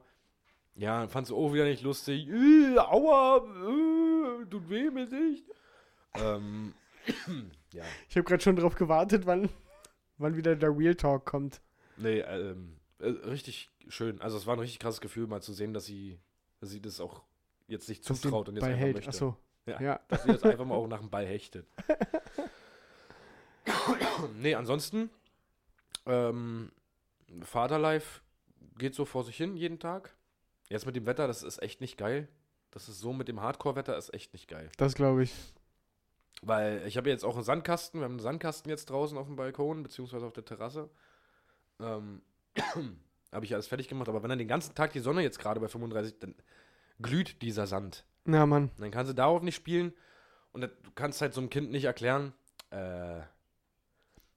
Speaker 1: Ja, dann fandst du auch wieder nicht lustig. Äh, aua, äh, tut weh mir nicht. Ähm, ja,
Speaker 3: Ich habe gerade schon drauf gewartet, wann, wann wieder der Real Talk kommt.
Speaker 1: nee, ähm, äh, richtig schön. Also es war ein richtig krasses Gefühl, mal zu sehen, dass sie, dass sie das auch jetzt nicht
Speaker 3: Dass sie
Speaker 1: zutraut und jetzt
Speaker 3: Ball
Speaker 1: einfach
Speaker 3: hält.
Speaker 1: möchte.
Speaker 3: Achso.
Speaker 1: Ja.
Speaker 3: ja.
Speaker 1: Dass sie jetzt einfach mal auch nach dem Ball hechtet. nee, ansonsten, ähm, Vaterlife geht so vor sich hin jeden Tag. Jetzt mit dem Wetter, das ist echt nicht geil. Das ist so mit dem Hardcore-Wetter, ist echt nicht geil.
Speaker 3: Das glaube ich.
Speaker 1: Weil ich habe jetzt auch einen Sandkasten, wir haben einen Sandkasten jetzt draußen auf dem Balkon, beziehungsweise auf der Terrasse. Ähm, habe ich alles fertig gemacht, aber wenn dann den ganzen Tag die Sonne jetzt gerade bei 35, dann glüht dieser Sand.
Speaker 3: Na, Mann.
Speaker 1: Und dann kannst du darauf nicht spielen und das- du kannst halt so einem Kind nicht erklären, äh,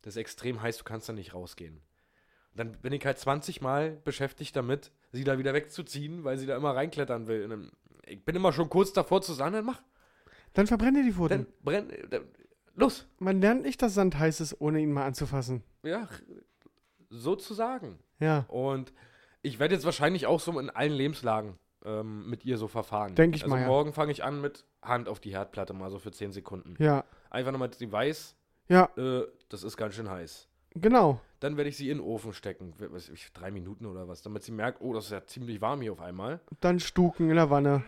Speaker 1: das ist extrem heiß, du kannst da nicht rausgehen. Und dann bin ich halt 20 Mal beschäftigt damit, sie da wieder wegzuziehen, weil sie da immer reinklettern will. Und dann, ich bin immer schon kurz davor zu sagen, dann mach,
Speaker 3: Dann verbrenne die Pfoten.
Speaker 1: dann brenn, dann, los.
Speaker 3: Man lernt nicht, dass Sand heiß ist, ohne ihn mal anzufassen.
Speaker 1: Ja, sozusagen.
Speaker 3: Ja.
Speaker 1: Und ich werde jetzt wahrscheinlich auch so in allen Lebenslagen ähm, mit ihr so verfahren.
Speaker 3: Denk ich
Speaker 1: also
Speaker 3: mal, ja.
Speaker 1: morgen fange ich an mit Hand auf die Herdplatte mal so für 10 Sekunden.
Speaker 3: Ja.
Speaker 1: Einfach nochmal, dass sie weiß,
Speaker 3: Ja,
Speaker 1: äh, das ist ganz schön heiß.
Speaker 3: genau.
Speaker 1: Dann werde ich sie in den Ofen stecken, we- weiß ich, drei Minuten oder was, damit sie merkt, oh, das ist ja ziemlich warm hier auf einmal.
Speaker 3: Dann Stuken in der Wanne.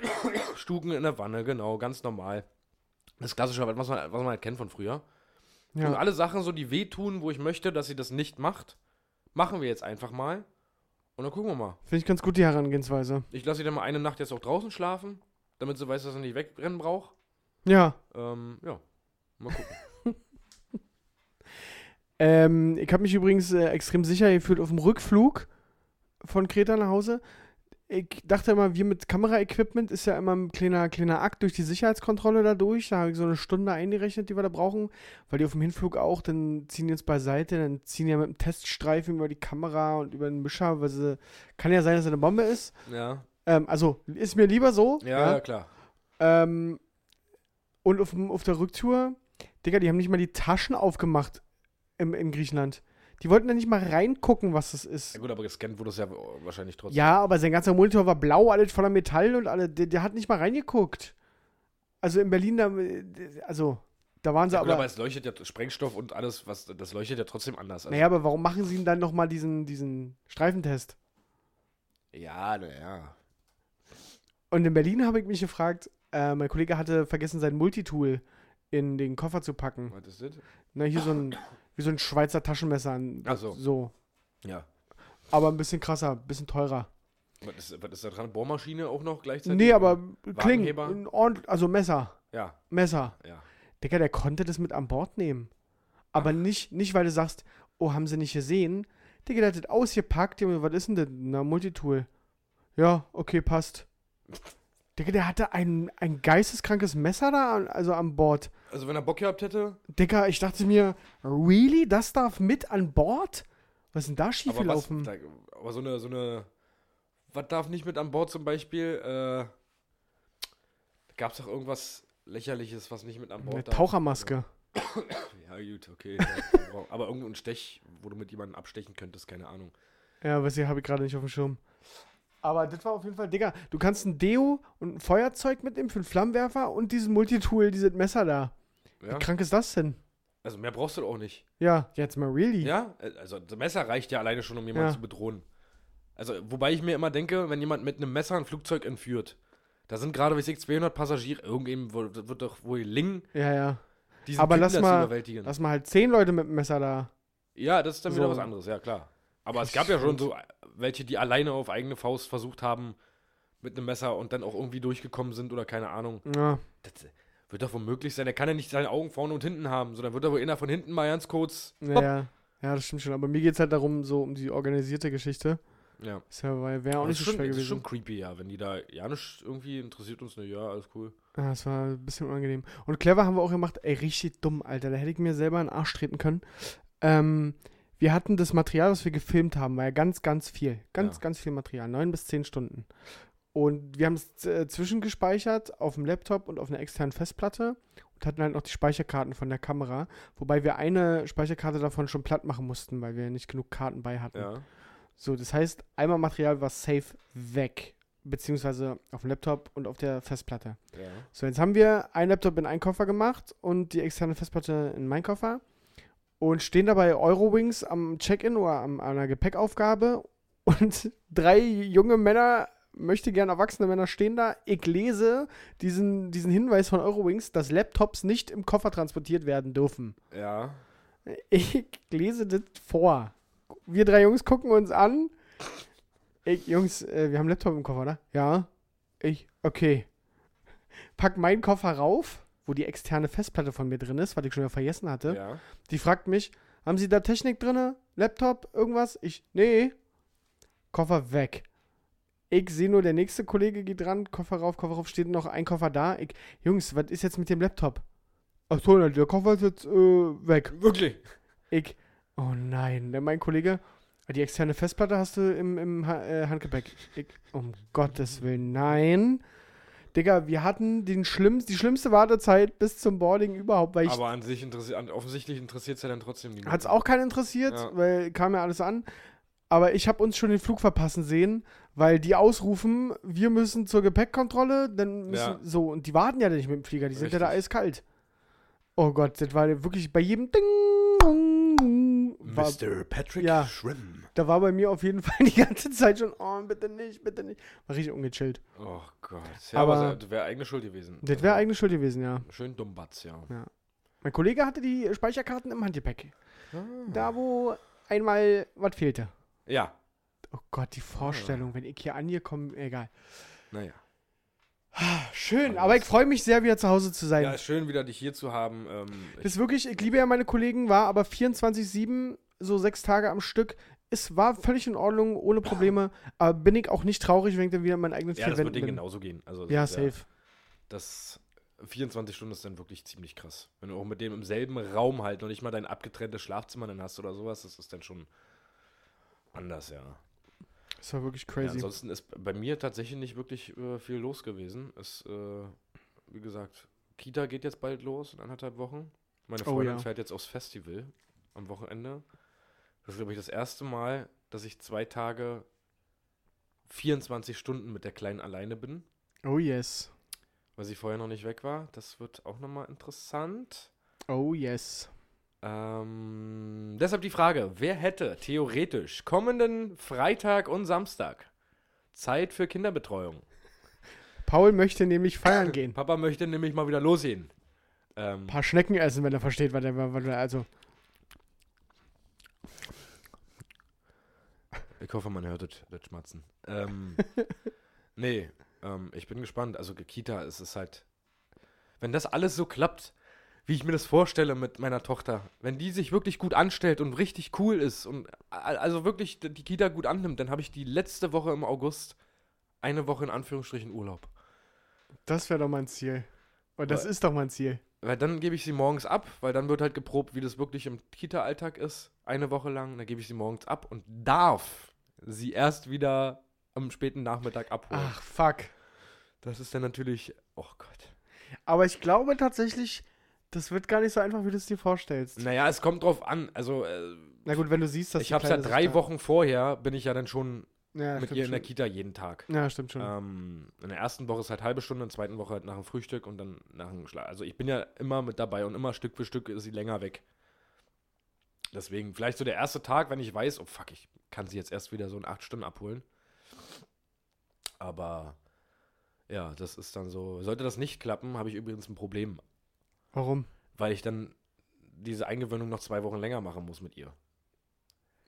Speaker 1: Stuken in der Wanne, genau, ganz normal. Das klassische, was man, was man halt kennt von früher. Und
Speaker 3: Ja.
Speaker 1: alle Sachen, so die wehtun, wo ich möchte, dass sie das nicht macht, machen wir jetzt einfach mal. Und dann gucken wir mal.
Speaker 3: Finde ich ganz gut die Herangehensweise.
Speaker 1: Ich lasse sie dann mal eine Nacht jetzt auch draußen schlafen, damit sie weiß, dass sie nicht wegrennen braucht.
Speaker 3: Ja.
Speaker 1: Ähm, ja. Mal gucken.
Speaker 3: Ähm, ich habe mich übrigens äh, extrem sicher gefühlt auf dem Rückflug von Kreta nach Hause. Ich dachte immer, wir mit Kameraequipment ist ja immer ein kleiner, kleiner Akt durch die Sicherheitskontrolle da durch. Da habe ich so eine Stunde eingerechnet, die wir da brauchen, weil die auf dem Hinflug auch, dann ziehen die uns beiseite, dann ziehen die ja mit dem Teststreifen über die Kamera und über den Mischer, weil sie, kann ja sein, dass es eine Bombe ist.
Speaker 1: ja.
Speaker 3: Ähm, also, ist mir lieber so.
Speaker 1: ja, klar.
Speaker 3: Ähm, und auf, dem- auf der Rücktour, Digga, die haben nicht mal die Taschen aufgemacht im, in Griechenland. Die wollten da nicht mal reingucken, was das
Speaker 1: Ja,
Speaker 3: ist.
Speaker 1: gut, aber gescannt wurde es ja wahrscheinlich trotzdem.
Speaker 3: Ja, aber sein ganzer Monitor war blau, alles voller Metall und alle. Der, der hat nicht mal reingeguckt. Also in Berlin, da, also, da waren sie
Speaker 1: Ja, gut,
Speaker 3: aber.
Speaker 1: aber es leuchtet ja Sprengstoff und alles, was das leuchtet ja trotzdem anders. Also,
Speaker 3: naja, aber warum machen sie denn dann nochmal diesen, diesen Streifentest?
Speaker 1: Ja, naja.
Speaker 3: Und in Berlin habe ich mich gefragt, äh, mein Kollege hatte vergessen, sein Multitool in den Koffer zu packen.
Speaker 1: Was ist das?
Speaker 3: Na, Ne, hier so ein, wie so ein Schweizer Taschenmesser. Ein,
Speaker 1: Ach so.
Speaker 3: so.
Speaker 1: Also, Ja.
Speaker 3: Aber ein bisschen krasser, ein bisschen teurer.
Speaker 1: Was ist, was ist da dran? Bohrmaschine auch noch gleichzeitig?
Speaker 3: Nee, aber Kling,
Speaker 1: Wagenheber?
Speaker 3: ein ordentlich- also Messer,
Speaker 1: Ja,
Speaker 3: Messer.
Speaker 1: ja.
Speaker 3: Digga, der konnte das mit an Bord nehmen. Aber nicht, nicht, weil du sagst, oh, haben sie nicht gesehen. Digga, der hat das ausgepackt. Junge, was ist denn das? Na, Multitool. Ja, okay, passt. Digga, der hatte ein, ein geisteskrankes Messer da, an- also an Bord.
Speaker 1: Also wenn er Bock gehabt hätte,
Speaker 3: Digga, ich dachte mir, really? Das darf mit an Bord? Was ist denn da
Speaker 1: aber, was,
Speaker 3: schiefgelaufen?
Speaker 1: da, aber so eine, so eine, was darf nicht mit an Bord zum Beispiel, äh, gab es doch irgendwas lächerliches, was nicht mit an Bord
Speaker 3: Eine
Speaker 1: darf?
Speaker 3: Tauchermaske.
Speaker 1: Ja gut, okay. Ja, aber irgendein Stech, wo du mit jemandem abstechen könntest, keine Ahnung.
Speaker 3: Ja, was hier habe ich gerade nicht auf dem Schirm. Aber das war auf jeden Fall, Digga, du kannst ein Deo und ein Feuerzeug mitnehmen für einen Flammenwerfer und diesen Multitool, dieses Messer da.
Speaker 1: Ja?
Speaker 3: Wie krank ist das denn?
Speaker 1: Also mehr brauchst du doch auch nicht.
Speaker 3: Ja, jetzt mal really.
Speaker 1: Ja, äh, also das Messer reicht ja alleine schon, um jemanden
Speaker 3: Ja.
Speaker 1: zu bedrohen. Also, wobei ich mir immer denke, wenn jemand mit einem Messer ein Flugzeug entführt, da sind gerade, weiß ich, 200 Passagiere, irgendjemand wird wird doch wohl gelingen,
Speaker 3: ja. ja.
Speaker 1: diesen
Speaker 3: Aber
Speaker 1: Kinder
Speaker 3: lass mal-
Speaker 1: zu überwältigen.
Speaker 3: Lass mal halt zehn Leute mit dem Messer da.
Speaker 1: ja, das ist dann
Speaker 3: so-
Speaker 1: wieder was anderes, ja klar. Aber es gab ja schon so äh, welche, die alleine auf eigene Faust versucht haben mit einem Messer und dann auch irgendwie durchgekommen sind oder keine Ahnung.
Speaker 3: Ja.
Speaker 1: Das wird doch wohl möglich sein. Er kann ja nicht seine Augen vorne und hinten haben, sondern wird er wohl einer von hinten mal ganz kurz.
Speaker 3: Ja, ja. ja, das stimmt schon. Aber mir geht es halt darum, so um die organisierte Geschichte.
Speaker 1: Ja.
Speaker 3: Ist ja, weil wäre auch
Speaker 1: Aber
Speaker 3: nicht
Speaker 1: das
Speaker 3: so
Speaker 1: ist schon,
Speaker 3: schwer
Speaker 1: das ist
Speaker 3: gewesen.
Speaker 1: schon creepy, ja. Wenn die da, ja, nicht irgendwie interessiert uns, ne, ja, alles cool.
Speaker 3: Ja, das war ein bisschen unangenehm. Und clever haben wir auch gemacht, ey, richtig dumm, Alter. Da hätte ich mir selber in den Arsch treten können. Ähm, wir hatten das Material, was wir gefilmt haben, war ja ganz, ganz viel. Ganz,
Speaker 1: Ja.
Speaker 3: ganz viel Material. Neun bis zehn Stunden. Und wir haben es äh, zwischengespeichert auf dem Laptop und auf einer externen Festplatte und hatten halt noch die Speicherkarten von der Kamera. Wobei wir eine Speicherkarte davon schon platt machen mussten, weil wir nicht genug Karten bei hatten.
Speaker 1: Ja.
Speaker 3: So, das heißt, einmal Material war safe weg. Beziehungsweise auf dem Laptop und auf der Festplatte.
Speaker 1: ja.
Speaker 3: So, jetzt haben wir einen Laptop in einen Koffer gemacht und die externe Festplatte in meinen Koffer und stehen dabei Eurowings am Check-in oder am, an einer Gepäckaufgabe und drei junge Männer, möchte gern erwachsene Männer, stehen da. Ich lese diesen, diesen Hinweis von Eurowings, dass Laptops nicht im Koffer transportiert werden dürfen.
Speaker 1: Ja.
Speaker 3: Ich lese das vor. Wir drei Jungs gucken uns an. Ich, Jungs, äh, wir haben Laptop im Koffer, ne? Ja. Ich, okay. Pack meinen Koffer rauf, wo die externe Festplatte von mir drin ist, was ich schon wieder vergessen hatte.
Speaker 1: Ja.
Speaker 3: Die fragt mich, haben Sie da Technik drinne? Laptop, irgendwas? Ich, nee. Koffer weg. Ich sehe nur, der nächste Kollege geht ran, Koffer rauf, Koffer rauf, steht noch ein Koffer da. Ich, Jungs, was ist jetzt mit dem Laptop? Ach so, na, der Koffer ist jetzt äh, weg.
Speaker 1: Wirklich.
Speaker 3: Ich, oh nein, denn mein Kollege, die externe Festplatte hast du im, im ha äh, Handgepäck. Ich, um Gottes Willen, nein. Digga, wir hatten den schlimm, die schlimmste Wartezeit bis zum Boarding überhaupt, weil ich
Speaker 1: Aber an sich interessiert, an, offensichtlich interessiert es ja dann trotzdem niemanden.
Speaker 3: hat es auch keinen interessiert,
Speaker 1: Ja.
Speaker 3: weil kam ja alles an. Aber ich habe uns schon den Flug verpassen sehen, weil die ausrufen, wir müssen zur Gepäckkontrolle, dann müssen
Speaker 1: Ja.
Speaker 3: so und die warten ja nicht mit dem Flieger, die sind ja da
Speaker 1: Richtig.
Speaker 3: eiskalt. Oh Gott, das war wirklich bei jedem Ding. Dong, Dong, war,
Speaker 2: Mr. Patrick
Speaker 3: Ja.
Speaker 2: Schrimm.
Speaker 3: da war bei mir auf jeden Fall die ganze Zeit schon, oh, bitte nicht, bitte nicht. War richtig ungechillt.
Speaker 1: Oh Gott. Ja, aber,
Speaker 3: Aber-
Speaker 1: das wäre eigene Schuld gewesen.
Speaker 3: Das wäre
Speaker 1: Also,
Speaker 3: eigene Schuld gewesen, ja.
Speaker 1: Schön dummbatz, ja.
Speaker 3: Mein Kollege hatte die Speicherkarten im Handgepäck.
Speaker 1: Ah.
Speaker 3: Da, wo einmal was fehlte.
Speaker 1: Ja.
Speaker 3: Oh Gott, die
Speaker 1: Ah.
Speaker 3: Vorstellung, wenn ich hier angekommen, egal.
Speaker 1: Naja.
Speaker 3: Schön,
Speaker 1: Aber
Speaker 3: aber ich
Speaker 1: das-
Speaker 3: freue mich sehr, wieder zu Hause zu sein.
Speaker 1: Ah, Ja, ist schön wieder dich hier zu haben. Ähm,
Speaker 3: das ist wirklich, ich liebe ja meine Kollegen, war aber 24-7, so sechs Tage am Stück. Es war völlig in Ordnung, ohne Probleme. Aber bin ich auch nicht traurig, wenn ich dann wieder in meinen eigenen
Speaker 1: ich, ja,
Speaker 3: vier
Speaker 1: das wird
Speaker 3: Wänden
Speaker 1: denen
Speaker 3: bin.
Speaker 1: genauso gehen. Also,
Speaker 3: Ja,
Speaker 1: das ist
Speaker 3: safe.
Speaker 1: Das 24 Stunden ist dann wirklich ziemlich krass. Wenn du auch mit dem im selben Raum halt noch nicht mal dein abgetrenntes Schlafzimmer dann hast oder sowas, das ist dann schon anders, ja.
Speaker 3: Das war wirklich
Speaker 1: ja
Speaker 3: crazy.
Speaker 1: ansonsten ist bei mir tatsächlich nicht wirklich äh, viel los gewesen. Es, äh, wie gesagt, Kita geht jetzt bald los in anderthalb Wochen. Meine
Speaker 3: Oh,
Speaker 1: Freundin
Speaker 3: ja.
Speaker 1: fährt jetzt aufs Festival am Wochenende. Das ist, glaube ich, das erste Mal, dass ich zwei Tage 24 Stunden mit der Kleinen alleine bin
Speaker 3: oh yes.
Speaker 1: weil sie vorher noch nicht weg war. Das wird auch nochmal interessant.
Speaker 3: Oh yes.
Speaker 1: Ähm, deshalb die Frage, wer hätte theoretisch kommenden Freitag und Samstag Zeit für Kinderbetreuung?
Speaker 3: Paul möchte nämlich feiern gehen.
Speaker 1: Papa möchte nämlich mal wieder losgehen. Ähm,
Speaker 3: Ein paar Schnecken essen, wenn er versteht, was er, was er also.
Speaker 1: ich hoffe, man hört das- das Schmatzen. Ähm, nee, ähm, ich bin gespannt. Also Kita, es ist halt, wenn das alles so klappt, wie ich mir das vorstelle mit meiner Tochter, wenn die sich wirklich gut anstellt und richtig cool ist und a- also wirklich die Kita gut annimmt, dann habe ich die letzte Woche im August eine Woche in Anführungsstrichen Urlaub.
Speaker 3: Das wäre doch mein Ziel. Und das
Speaker 1: Weil-
Speaker 3: ist doch mein Ziel.
Speaker 1: Weil dann gebe ich sie morgens ab, weil dann wird halt geprobt, wie das wirklich im Kita-Alltag ist, eine Woche lang. Dann gebe ich sie morgens ab und darf sie erst wieder am späten Nachmittag abholen.
Speaker 3: Ach, fuck.
Speaker 1: Das ist dann natürlich, oh Gott.
Speaker 3: Aber ich glaube tatsächlich, das wird gar nicht so einfach, wie du es dir vorstellst.
Speaker 1: Naja, es kommt drauf an. Also, äh,
Speaker 3: Na gut, wenn du siehst, dass
Speaker 1: ich
Speaker 3: die
Speaker 1: habe es ja
Speaker 3: Kleine sich
Speaker 1: drei
Speaker 3: da-
Speaker 1: Wochen vorher, bin ich ja dann schon
Speaker 3: ja,
Speaker 1: mit
Speaker 3: stimmt Hm.
Speaker 1: ihr in der
Speaker 3: schon.
Speaker 1: Kita jeden Tag.
Speaker 3: Ja, stimmt schon.
Speaker 1: Ähm, in der ersten Woche ist halt halbe Stunde, in der zweiten Woche halt nach dem Frühstück und dann nach dem Schlaf. Also ich bin ja immer mit dabei und immer Stück für Stück ist sie länger weg. Deswegen, vielleicht so der erste Tag, wenn ich weiß, oh fuck, ich kann sie jetzt erst wieder so in acht Stunden abholen. Aber ja, das ist dann so. Sollte das nicht klappen, habe ich übrigens ein Problem,
Speaker 3: Warum?
Speaker 1: weil ich dann diese Eingewöhnung noch zwei Wochen länger machen muss mit ihr.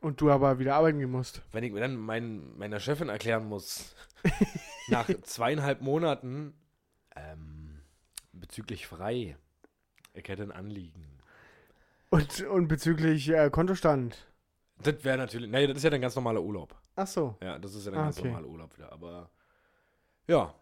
Speaker 3: Und du aber wieder arbeiten gehen musst.
Speaker 1: Wenn ich mir dann mein, meiner Chefin erklären muss, nach zweieinhalb Monaten ähm, bezüglich frei, ich hätte ein Anliegen.
Speaker 3: Und, und bezüglich äh, Kontostand.
Speaker 1: Das wäre natürlich, nee, das ist ja dann ganz normaler Urlaub.
Speaker 3: Ach so.
Speaker 1: Ja, das ist ja dann
Speaker 3: Ah,
Speaker 1: ganz
Speaker 3: okay.
Speaker 1: normaler Urlaub wieder, aber ja.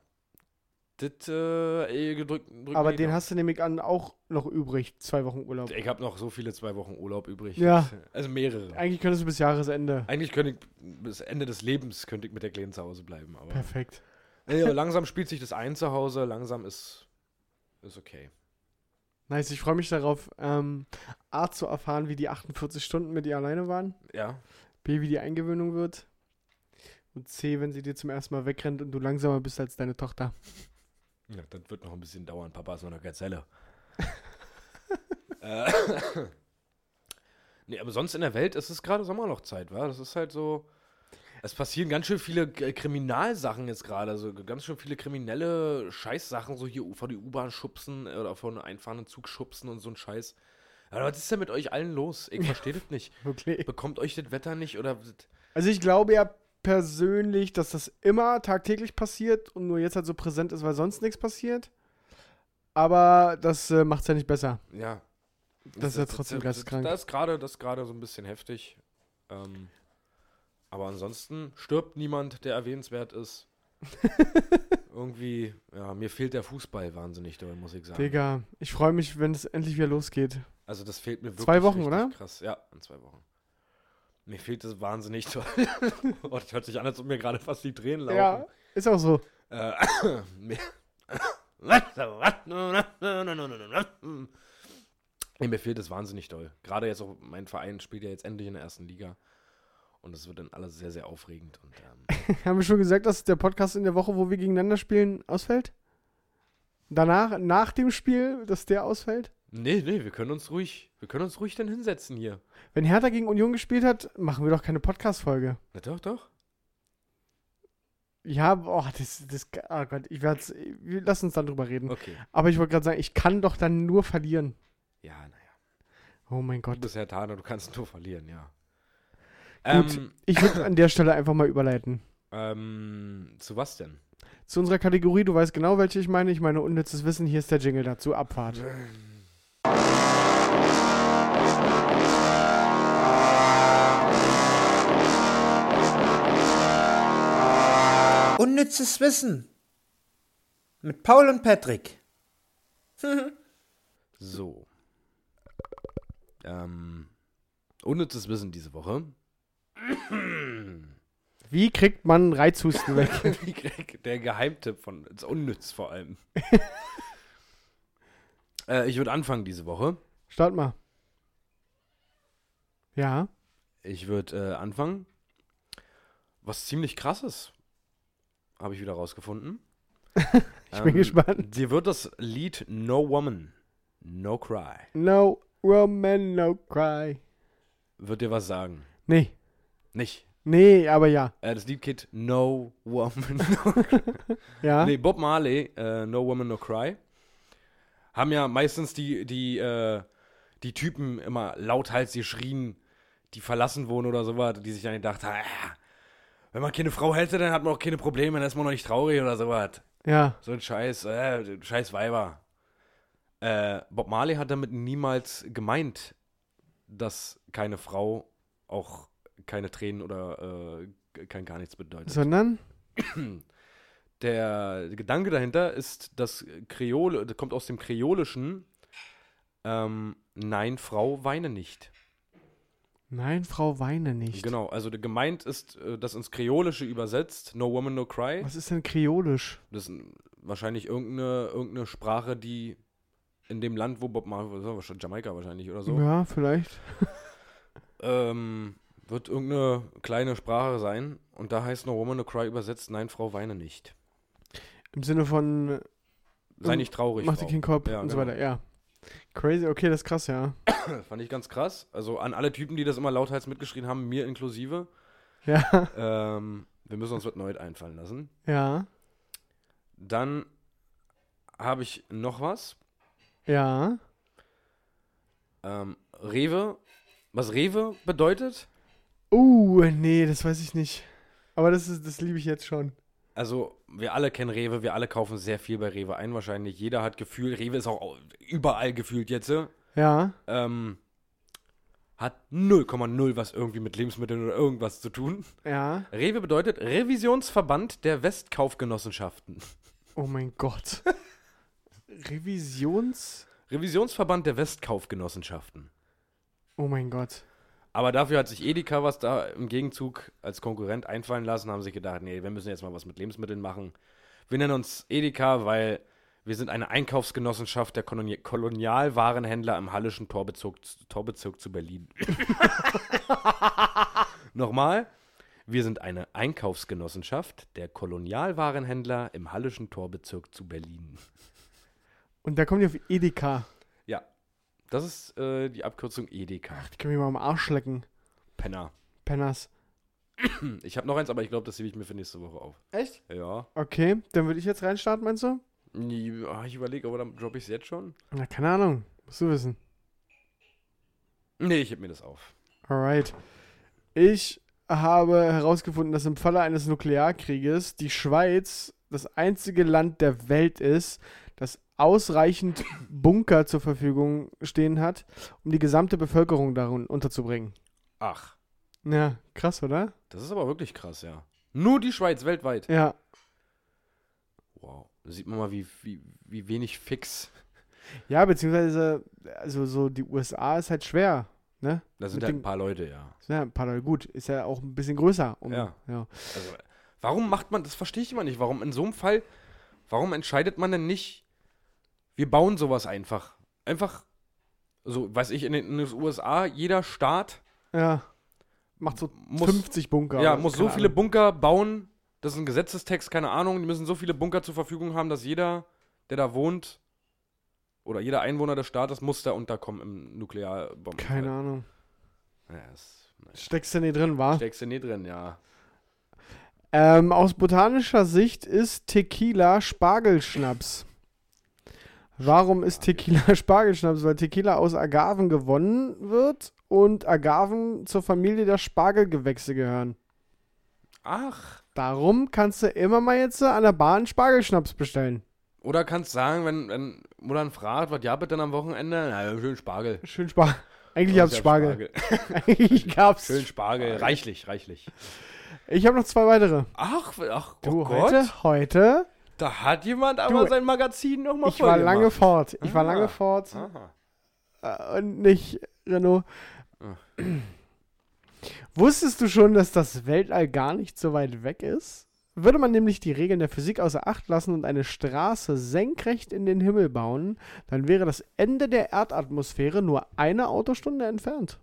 Speaker 1: Das, äh, gedrückt. drückt
Speaker 3: Aber
Speaker 1: mir
Speaker 3: den
Speaker 1: noch.
Speaker 3: hast du nämlich an auch noch übrig, zwei Wochen Urlaub.
Speaker 1: Ich habe noch so viele zwei Wochen Urlaub übrig.
Speaker 3: Ja.
Speaker 1: Also mehrere.
Speaker 3: Eigentlich könntest du bis Jahresende.
Speaker 1: Eigentlich könnte ich, bis Ende des Lebens könnte ich mit der Kleinen zu Hause bleiben, aber.
Speaker 3: Perfekt.
Speaker 1: Nee, aber langsam spielt sich das ein zu Hause, langsam ist, ist okay.
Speaker 3: Nice, ich freue mich darauf, ähm, A zu erfahren, wie die 48 Stunden mit ihr alleine waren.
Speaker 1: Ja.
Speaker 3: B, wie die Eingewöhnung wird. Und C, wenn sie dir zum ersten Mal wegrennt und du langsamer bist als deine Tochter.
Speaker 1: ja das wird noch ein bisschen dauern. Papa ist noch eine Gazelle. äh, nee, aber sonst in der Welt ist es gerade Sommerlochzeit, wa? Das ist halt so. Es passieren ganz schön viele K- Kriminalsachen jetzt gerade. Also ganz schön viele kriminelle Scheißsachen, so hier vor die U-Bahn schubsen äh, oder vor einen einfahrenden Zug schubsen und so ein Scheiß. Aber was ist denn mit euch allen los? Ich verstehe das nicht.
Speaker 3: Okay.
Speaker 1: Bekommt euch das Wetter nicht oder.
Speaker 3: Also ich glaube ja persönlich, dass das immer tagtäglich passiert und nur jetzt halt so präsent ist, weil sonst nichts passiert. Aber das äh, macht es ja nicht besser.
Speaker 1: Ja.
Speaker 3: Das ist ja trotzdem geisteskrank.
Speaker 1: Das ist gerade, das ist gerade so ein bisschen heftig. Ähm, aber ansonsten stirbt niemand, der erwähnenswert ist. Irgendwie, ja, mir fehlt der Fußball wahnsinnig doll, muss ich sagen.
Speaker 3: Digga, ich freue mich, wenn es endlich wieder losgeht.
Speaker 1: Also das fehlt mir wirklich
Speaker 3: Zwei Wochen,
Speaker 1: richtig
Speaker 3: oder?
Speaker 1: krass. Ja, in zwei Wochen. Mir fehlt das wahnsinnig doll. oh, das hört sich an, als ob mir gerade fast die Tränen laufen.
Speaker 3: Ja, ist auch so.
Speaker 1: Äh, mir- nee, mir fehlt das wahnsinnig doll. Gerade jetzt auch mein Verein spielt ja jetzt endlich in der ersten Liga. Und das wird dann alles sehr, sehr aufregend. Und, ähm,
Speaker 3: Haben wir schon gesagt, dass der Podcast in der Woche, wo wir gegeneinander spielen, ausfällt? Danach, nach dem Spiel, dass der ausfällt?
Speaker 1: nee, nee, wir können uns ruhig, wir können uns ruhig dann hinsetzen hier.
Speaker 3: Wenn Hertha gegen Union gespielt hat, machen wir doch keine Podcast-Folge.
Speaker 1: Na doch, doch.
Speaker 3: Ja, oh, das, das, oh Gott, ich werd's, wir- lass uns dann drüber reden.
Speaker 1: Okay.
Speaker 3: Aber ich wollte gerade sagen, ich kann doch dann nur verlieren.
Speaker 1: Ja, naja.
Speaker 3: Oh mein
Speaker 1: Du
Speaker 3: Gott.
Speaker 1: bist Herr Tana, du kannst nur verlieren, ja.
Speaker 3: Gut.
Speaker 1: Ähm,
Speaker 3: Ich würde an der Stelle einfach mal überleiten.
Speaker 1: ähm, zu was denn?
Speaker 3: Zu unserer Kategorie, du weißt genau, welche ich meine. Ich meine unnützes Wissen, hier ist der Jingle dazu, Abfahrt.
Speaker 4: Unnützes Wissen. Mit Paul und Patrick.
Speaker 1: So. Ähm, unnützes Wissen diese Woche.
Speaker 3: Wie kriegt man Reizhusten weg?
Speaker 1: Wie Greg, der Geheimtipp von ist unnütz vor allem. äh, ich würde anfangen diese Woche.
Speaker 3: Start mal. Ja,
Speaker 1: Ich würde äh, anfangen. Was ziemlich krass ist, habe ich wieder rausgefunden. Ähm,
Speaker 3: ich bin gespannt.
Speaker 1: Dir wird das Lied No Woman, No Cry,
Speaker 3: No woman, no cry.
Speaker 1: wird dir was sagen.
Speaker 3: Nee,
Speaker 1: Nicht.
Speaker 3: nee, aber ja.
Speaker 1: Äh, das Lied geht No Woman, No Cry.
Speaker 3: Ja,
Speaker 1: Nee, Bob Marley, äh, No Woman No Cry, haben ja meistens die, die, äh, die Typen immer lauthals geschrien, die verlassen wurden oder sowas, die sich dann gedacht haben, ah, wenn man keine Frau hätte, dann hat man auch keine Probleme, dann ist man noch nicht traurig oder sowas.
Speaker 3: ja.
Speaker 1: So ein Scheiß, äh, scheiß Weiber. Äh, Bob Marley hat damit niemals gemeint, dass keine Frau auch keine Tränen oder äh, kein gar nichts bedeutet.
Speaker 3: Sondern?
Speaker 1: der Gedanke dahinter ist, dass Kreole, das kommt aus dem Kreolischen, ähm, nein, Frau, weine nicht.
Speaker 3: Nein, Frau, weine nicht.
Speaker 1: Genau, also der- gemeint ist, äh, das ins Kreolische übersetzt, no woman, no cry.
Speaker 3: Was ist denn kreolisch?
Speaker 1: Das ist wahrscheinlich irgendeine, irgendeine Sprache, die in dem Land, wo Bob Marley, was war das? Jamaika wahrscheinlich oder so,
Speaker 3: Ja, vielleicht.
Speaker 1: ähm, wird irgendeine kleine Sprache sein. Und da heißt No Woman No Cry übersetzt, nein, Frau, weine nicht.
Speaker 3: Im Sinne von
Speaker 1: Sei
Speaker 3: Ähm,
Speaker 1: nicht traurig,
Speaker 3: mach dir
Speaker 1: Frau.
Speaker 3: keinen Kopf
Speaker 1: Ja,
Speaker 3: und so
Speaker 1: genau.
Speaker 3: weiter, ja. Crazy, okay, das ist krass, ja.
Speaker 1: Fand ich ganz krass. Also an alle Typen, die das immer lauthals mitgeschrien haben, mir inklusive.
Speaker 3: Ja,
Speaker 1: Ähm, wir müssen uns was Neues einfallen lassen.
Speaker 3: ja,
Speaker 1: Dann habe ich noch was.
Speaker 3: ja.
Speaker 1: Ähm, Rewe. Was Rewe bedeutet?
Speaker 3: Uh, nee, das weiß ich nicht. Aber das ist, das liebe ich jetzt schon.
Speaker 1: Also, wir alle kennen Rewe, wir alle kaufen sehr viel bei Rewe ein, wahrscheinlich. Jeder hat Gefühl, Rewe ist auch überall gefühlt jetzt. äh,
Speaker 3: Ja,
Speaker 1: Ähm, hat 0,0 was irgendwie mit Lebensmitteln oder irgendwas zu tun.
Speaker 3: ja.
Speaker 1: Rewe bedeutet Revisionsverband der Westkaufgenossenschaften.
Speaker 3: Oh mein Gott. Revisions.
Speaker 1: Revisionsverband der Westkaufgenossenschaften.
Speaker 3: Oh mein Gott.
Speaker 1: Aber dafür hat sich Edeka was da im Gegenzug als Konkurrent einfallen lassen, haben sich gedacht, nee, wir müssen jetzt mal was mit Lebensmitteln machen. Wir nennen uns Edeka, weil wir sind eine Einkaufsgenossenschaft der Koloni Kolonialwarenhändler im Hallischen Torbezirk, Torbezirk zu Berlin. Nochmal. Wir sind eine Einkaufsgenossenschaft der Kolonialwarenhändler im Hallischen Torbezirk zu Berlin.
Speaker 3: Und da kommen die auf Edeka.
Speaker 1: Ja, das ist äh, die Abkürzung Edeka.
Speaker 3: Ach, die können mich mal am Arsch lecken.
Speaker 1: Penner.
Speaker 3: Penners.
Speaker 1: Hm, Ich habe noch eins, aber ich glaube, das hebe ich mir für nächste Woche auf.
Speaker 3: Echt?
Speaker 1: Ja.
Speaker 3: Okay, dann würde ich jetzt reinstarten, meinst du?
Speaker 1: Nee, ah, Ich überlege, aber dann droppe ich es jetzt schon.
Speaker 3: Na, keine Ahnung. Musst du wissen.
Speaker 1: Nee, ich heb mir das auf.
Speaker 3: Alright. Ich habe herausgefunden, dass im Falle eines Nuklearkrieges die Schweiz das einzige Land der Welt ist, das ausreichend Bunker zur Verfügung stehen hat, um die gesamte Bevölkerung darin unterzubringen.
Speaker 1: Ach,
Speaker 3: Ja, krass, oder?
Speaker 1: das ist aber wirklich krass, ja. Nur die Schweiz weltweit.
Speaker 3: Ja.
Speaker 1: Wow. Da sieht man mal, wie, wie, wie wenig fix.
Speaker 3: Ja, beziehungsweise, also so die USA ist halt schwer. Ne?
Speaker 1: Da sind
Speaker 3: Mit
Speaker 1: halt
Speaker 3: dem-
Speaker 1: ein paar Leute, ja.
Speaker 3: Ist Ja, ein paar Leute gut. Ist ja auch ein bisschen größer. um-
Speaker 1: Ja.
Speaker 3: ja.
Speaker 1: Also, warum macht man, das verstehe ich immer nicht, warum in so einem Fall, warum entscheidet man denn nicht, wir bauen sowas einfach. Einfach, so, weiß ich, in den, in den USA, jeder Staat
Speaker 3: Ja. Macht so
Speaker 1: Muss-
Speaker 3: 50 Bunker.
Speaker 1: ja,
Speaker 3: oder
Speaker 1: muss so
Speaker 3: keine
Speaker 1: viele
Speaker 3: Ahnung.
Speaker 1: Bunker bauen. Das ist ein Gesetzestext, keine Ahnung. Die müssen so viele Bunker zur Verfügung haben, dass jeder, der da wohnt, oder jeder Einwohner des Staates muss da unterkommen im Nuklearbomben.
Speaker 3: Keine Ahnung.
Speaker 1: Ja, das
Speaker 3: Steckst du nie drin, war?
Speaker 1: steckst du nie drin, ja.
Speaker 3: Ähm, aus botanischer Sicht ist Tequila Spargelschnaps. Warum ist Tequila Spargelschnaps? Weil Tequila aus Agaven gewonnen wird und Agaven zur Familie der Spargelgewächse gehören.
Speaker 1: Ach.
Speaker 3: Darum kannst du immer mal jetzt an der Bahn Spargelschnaps bestellen.
Speaker 1: Oder kannst sagen, wenn, wenn Mulan fragt, was ja bitte am Wochenende? Na, schön Spargel.
Speaker 3: Schön Spargel. Eigentlich hab's Spargel. ich gab's.
Speaker 1: Schön Spargel. Reichlich, reichlich.
Speaker 3: Ich habe noch zwei weitere.
Speaker 1: Ach, ach, oh
Speaker 3: Du,
Speaker 1: Gott.
Speaker 3: heute, heute,
Speaker 1: Da hat jemand aber
Speaker 3: Du,
Speaker 1: sein Magazin nochmal
Speaker 3: ich war lange
Speaker 1: gemacht.
Speaker 3: fort. Ich war
Speaker 1: Ah.
Speaker 3: lange fort.
Speaker 1: Aha.
Speaker 3: Äh, und nicht Renault.
Speaker 1: Ach.
Speaker 3: Wusstest du schon, dass das Weltall gar nicht so weit weg ist? Würde man nämlich die Regeln der Physik außer Acht lassen und eine Straße senkrecht in den Himmel bauen, dann wäre das Ende der Erdatmosphäre nur eine Autostunde entfernt.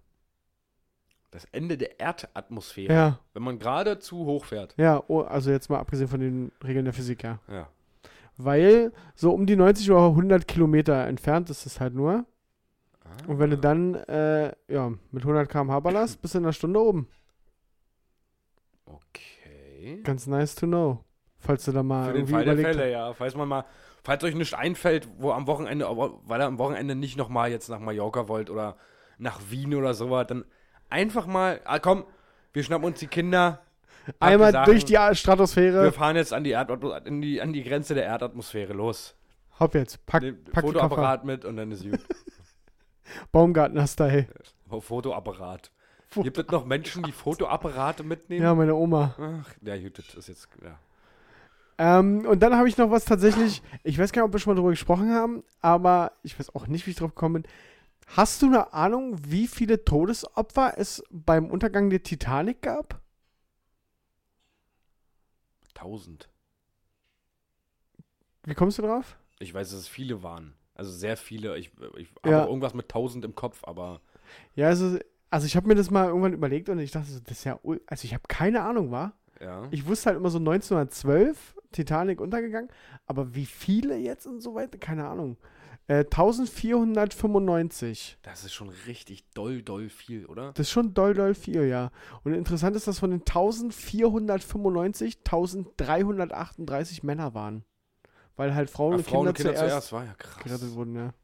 Speaker 1: Das Ende der Erdatmosphäre.
Speaker 3: Ja,
Speaker 1: Wenn man gerade zu hoch fährt.
Speaker 3: ja, oh, also jetzt mal abgesehen von den Regeln der Physik, ja.
Speaker 1: Ja.
Speaker 3: Weil so um die 90 oder 100 Kilometer entfernt ist es halt nur.
Speaker 1: Ah.
Speaker 3: Und wenn du dann äh, ja, mit 100 km/h ballerst, bist du in einer Stunde oben.
Speaker 1: Okay.
Speaker 3: Ganz nice to know. Falls du da mal
Speaker 1: Für den
Speaker 3: irgendwie
Speaker 1: Fall der
Speaker 3: überlegt
Speaker 1: Fälle, ja. Falls man mal, falls euch nicht einfällt, wo am Wochenende, weil ihr am Wochenende nicht nochmal jetzt nach Mallorca wollt oder nach Wien oder sowas, dann einfach mal, ah komm, wir schnappen uns die Kinder.
Speaker 3: hast. Einmal
Speaker 1: Sachen.
Speaker 3: durch die
Speaker 1: Wir
Speaker 3: Stratosphäre.
Speaker 1: fahren jetzt an die, Erdatmos an die, an die Grenze der Erdatmosphäre. Los.
Speaker 3: Hopp jetzt. Pack,
Speaker 1: Nehmt
Speaker 3: pack die Koffer.
Speaker 1: Fotoapparat mit und dann ist gut.
Speaker 3: Baumgarten hast du, hey.
Speaker 1: Oh, Fotoapparat. Gibt es noch Menschen, die Fotoapparate mitnehmen?
Speaker 3: Ja, meine Oma.
Speaker 1: Ach, ja, gut, das ist jetzt, ja.
Speaker 3: Ähm, und dann habe ich noch was tatsächlich, ich weiß gar nicht, ob wir schon mal drüber gesprochen haben, aber ich weiß auch nicht, wie ich drauf gekommen bin. Hast du eine Ahnung, wie viele Todesopfer es beim Untergang der Titanic gab?
Speaker 1: 1000.
Speaker 3: Wie kommst du drauf?
Speaker 1: Ich weiß, dass es viele waren. Also sehr viele. Ich, ich
Speaker 3: Ja.
Speaker 1: habe auch irgendwas mit 1000 im Kopf, aber
Speaker 3: Ja, also, also ich habe mir das mal irgendwann überlegt und ich dachte so, das ist ja, ul- also ich habe keine Ahnung,
Speaker 1: Mhm.
Speaker 3: war.
Speaker 1: ja.
Speaker 3: Ich wusste halt immer so 1912, Titanic untergegangen, aber wie viele jetzt und so weiter, keine Ahnung. Äh, 1495.
Speaker 1: Das ist schon richtig doll, doll viel, oder?
Speaker 3: Das ist schon doll, doll viel, ja. Und interessant ist, dass von den 1495 1338 Männer waren. Weil halt Frauen,
Speaker 1: Ah,
Speaker 3: und,
Speaker 1: Frauen
Speaker 3: Kinder
Speaker 1: und Kinder
Speaker 3: zuerst,
Speaker 1: zuerst, war ja krass.
Speaker 3: gerettet wurden, ja.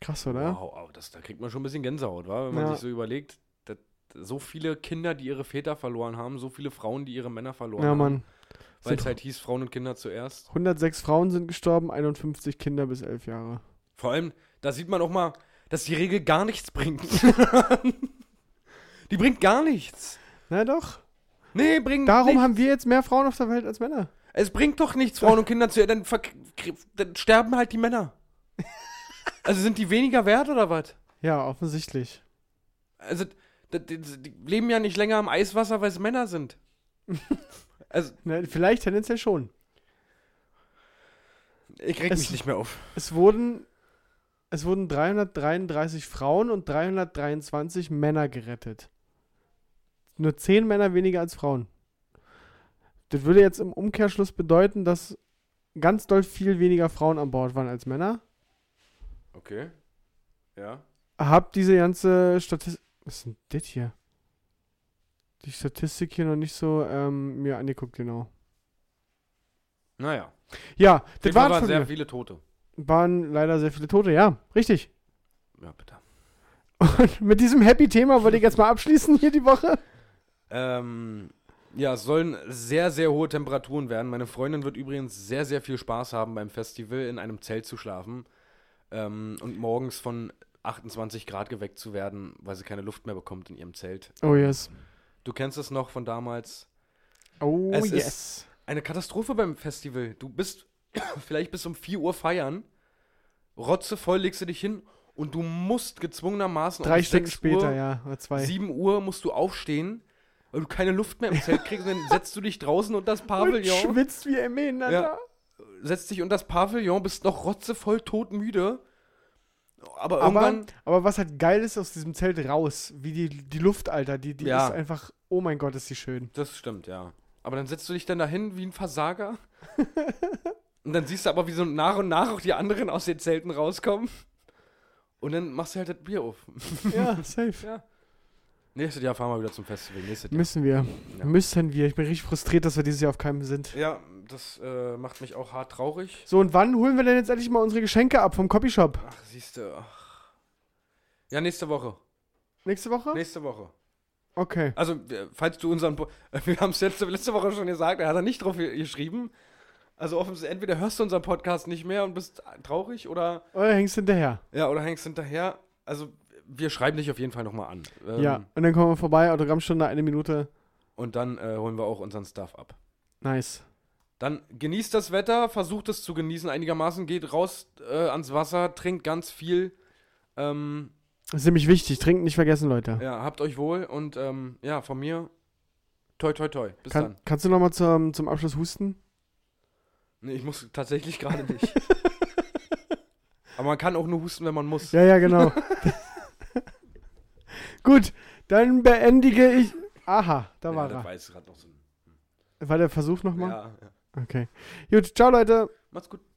Speaker 3: Krass, oder?
Speaker 1: Wow, au, das, da kriegt man schon ein bisschen Gänsehaut, wa? wenn man
Speaker 3: Ja.
Speaker 1: sich so überlegt, dass so viele Kinder, die ihre Väter verloren haben, so viele Frauen, die ihre Männer verloren
Speaker 3: Ja,
Speaker 1: haben.
Speaker 3: Mann.
Speaker 1: Weil es
Speaker 3: Sind-
Speaker 1: halt hieß, Frauen und Kinder zuerst.
Speaker 3: 106 Frauen sind gestorben, 51 Kinder bis 11 Jahre.
Speaker 1: Vor allem, da sieht man auch mal, dass die Regel gar nichts bringt. die bringt gar nichts.
Speaker 3: Na doch.
Speaker 1: Nee, bringt
Speaker 3: Darum
Speaker 1: nichts.
Speaker 3: haben wir jetzt mehr Frauen auf der Welt als Männer.
Speaker 1: Es bringt doch nichts, Frauen und Kinder zu. Dann, verk- krie- dann sterben halt die Männer. Also sind die weniger wert oder was?
Speaker 3: Ja, offensichtlich.
Speaker 1: Also, d- d- die leben ja nicht länger im Eiswasser, weil es Männer sind. Also,
Speaker 3: Na, vielleicht tendenziell schon.
Speaker 1: ich reg
Speaker 3: Es-
Speaker 1: mich nicht mehr auf.
Speaker 3: Es wurden, es wurden 333 Frauen und 323 Männer gerettet. Nur 10 Männer weniger als Frauen. Das würde jetzt im Umkehrschluss bedeuten, dass ganz doll viel weniger Frauen an Bord waren als Männer.
Speaker 1: Okay. Ja.
Speaker 3: Hab diese ganze Statistik. Was ist denn das hier? Die Statistik hier noch nicht so ähm, mir angeguckt, genau.
Speaker 1: Naja.
Speaker 3: Ja, das
Speaker 1: Das waren,
Speaker 3: waren, von
Speaker 1: sehr
Speaker 3: mir.
Speaker 1: viele Tote.
Speaker 3: waren leider sehr viele Tote, ja, richtig.
Speaker 1: Ja, bitte.
Speaker 3: Und mit diesem happy Thema wollte ich jetzt mal abschließen hier die Woche.
Speaker 1: Ähm, ja, es sollen sehr, sehr hohe Temperaturen werden. Meine Freundin wird übrigens sehr, sehr viel Spaß haben beim Festival, in einem Zelt zu schlafen ähm, und morgens von 28 Grad geweckt zu werden, weil sie keine Luft mehr bekommt in ihrem Zelt.
Speaker 3: Oh yes.
Speaker 1: Du kennst es noch von damals.
Speaker 3: Oh
Speaker 1: Es ist-
Speaker 3: yes.
Speaker 1: Eine Katastrophe beim Festival. Du bist vielleicht bis um 4 Uhr feiern, rotzevoll legst du dich hin und du musst gezwungenermaßen
Speaker 3: Drei
Speaker 1: um
Speaker 3: Stunden
Speaker 1: 6
Speaker 3: später,
Speaker 1: Uhr,
Speaker 3: ja, oder zwei.
Speaker 1: 7 Uhr musst du aufstehen, weil du keine Luft mehr im Zelt kriegst. und dann setzt du dich draußen unter das
Speaker 3: und
Speaker 1: Pavillon.
Speaker 3: schwitzt wie ein Miteinander.
Speaker 1: setzt dich unter das Pavillon, bist noch rotzevoll todmüde. Aber
Speaker 3: aber,
Speaker 1: irgendwann.
Speaker 3: aber was halt geil ist, aus diesem Zelt raus, wie die, die Luft, Alter, die, die
Speaker 1: Ja.
Speaker 3: ist einfach, oh mein Gott, ist die schön.
Speaker 1: Das stimmt, ja. Aber dann setzt du dich dann dahin wie ein Versager. und dann siehst du aber, wie so nach und nach auch die anderen aus den Zelten rauskommen. Und dann machst du halt das Bier auf.
Speaker 3: Ja, safe.
Speaker 1: Ja. Nächstes Jahr fahren wir wieder zum Festival. Nächstes Jahr.
Speaker 3: Müssen wir.
Speaker 1: Ja.
Speaker 3: Müssen wir. Ich bin richtig frustriert, dass wir dieses Jahr auf keinem sind.
Speaker 1: Ja, das äh, macht mich auch hart traurig.
Speaker 3: So, und wann holen wir denn jetzt endlich mal unsere Geschenke ab vom Copyshop?
Speaker 1: Ach, siehst du. Ach. Ja, nächste Woche.
Speaker 3: Nächste Woche?
Speaker 1: Nächste Woche.
Speaker 3: Okay.
Speaker 1: Also, äh, falls du unseren. Po wir haben es letzte, letzte Woche schon gesagt, er hat er nicht drauf ge- geschrieben. Also, offensichtlich, entweder hörst du unseren Podcast nicht mehr und bist traurig oder.
Speaker 3: Oder hängst hinterher.
Speaker 1: Ja, oder hängst hinterher. Also, wir schreiben dich auf jeden Fall nochmal an. Ähm,
Speaker 3: ja. Und dann kommen wir vorbei, Autogrammstunde, eine Minute.
Speaker 1: Und dann äh, holen wir auch unseren Stuff ab.
Speaker 3: Nice.
Speaker 1: Dann genießt das Wetter, versucht es zu genießen einigermaßen, geht raus äh, ans Wasser, trinkt ganz viel. Ähm,
Speaker 3: Das ist nämlich wichtig. Trinken nicht vergessen, Leute.
Speaker 1: ja, habt euch wohl und ähm, ja, von mir. Toi, toi, toi. Bis
Speaker 3: Kann,
Speaker 1: dann.
Speaker 3: kannst du nochmal zum, zum Abschluss husten?
Speaker 1: Nee, ich muss tatsächlich gerade nicht. Aber man kann auch nur husten, wenn man muss.
Speaker 3: Ja, ja, genau. Gut, dann beendige ich. Aha, da war
Speaker 1: das
Speaker 3: er.
Speaker 1: weiß gerade noch so. ein-
Speaker 3: War der Versuch nochmal?
Speaker 1: Ja, ja.
Speaker 3: Okay. Gut, ciao, Leute.
Speaker 1: Macht's gut.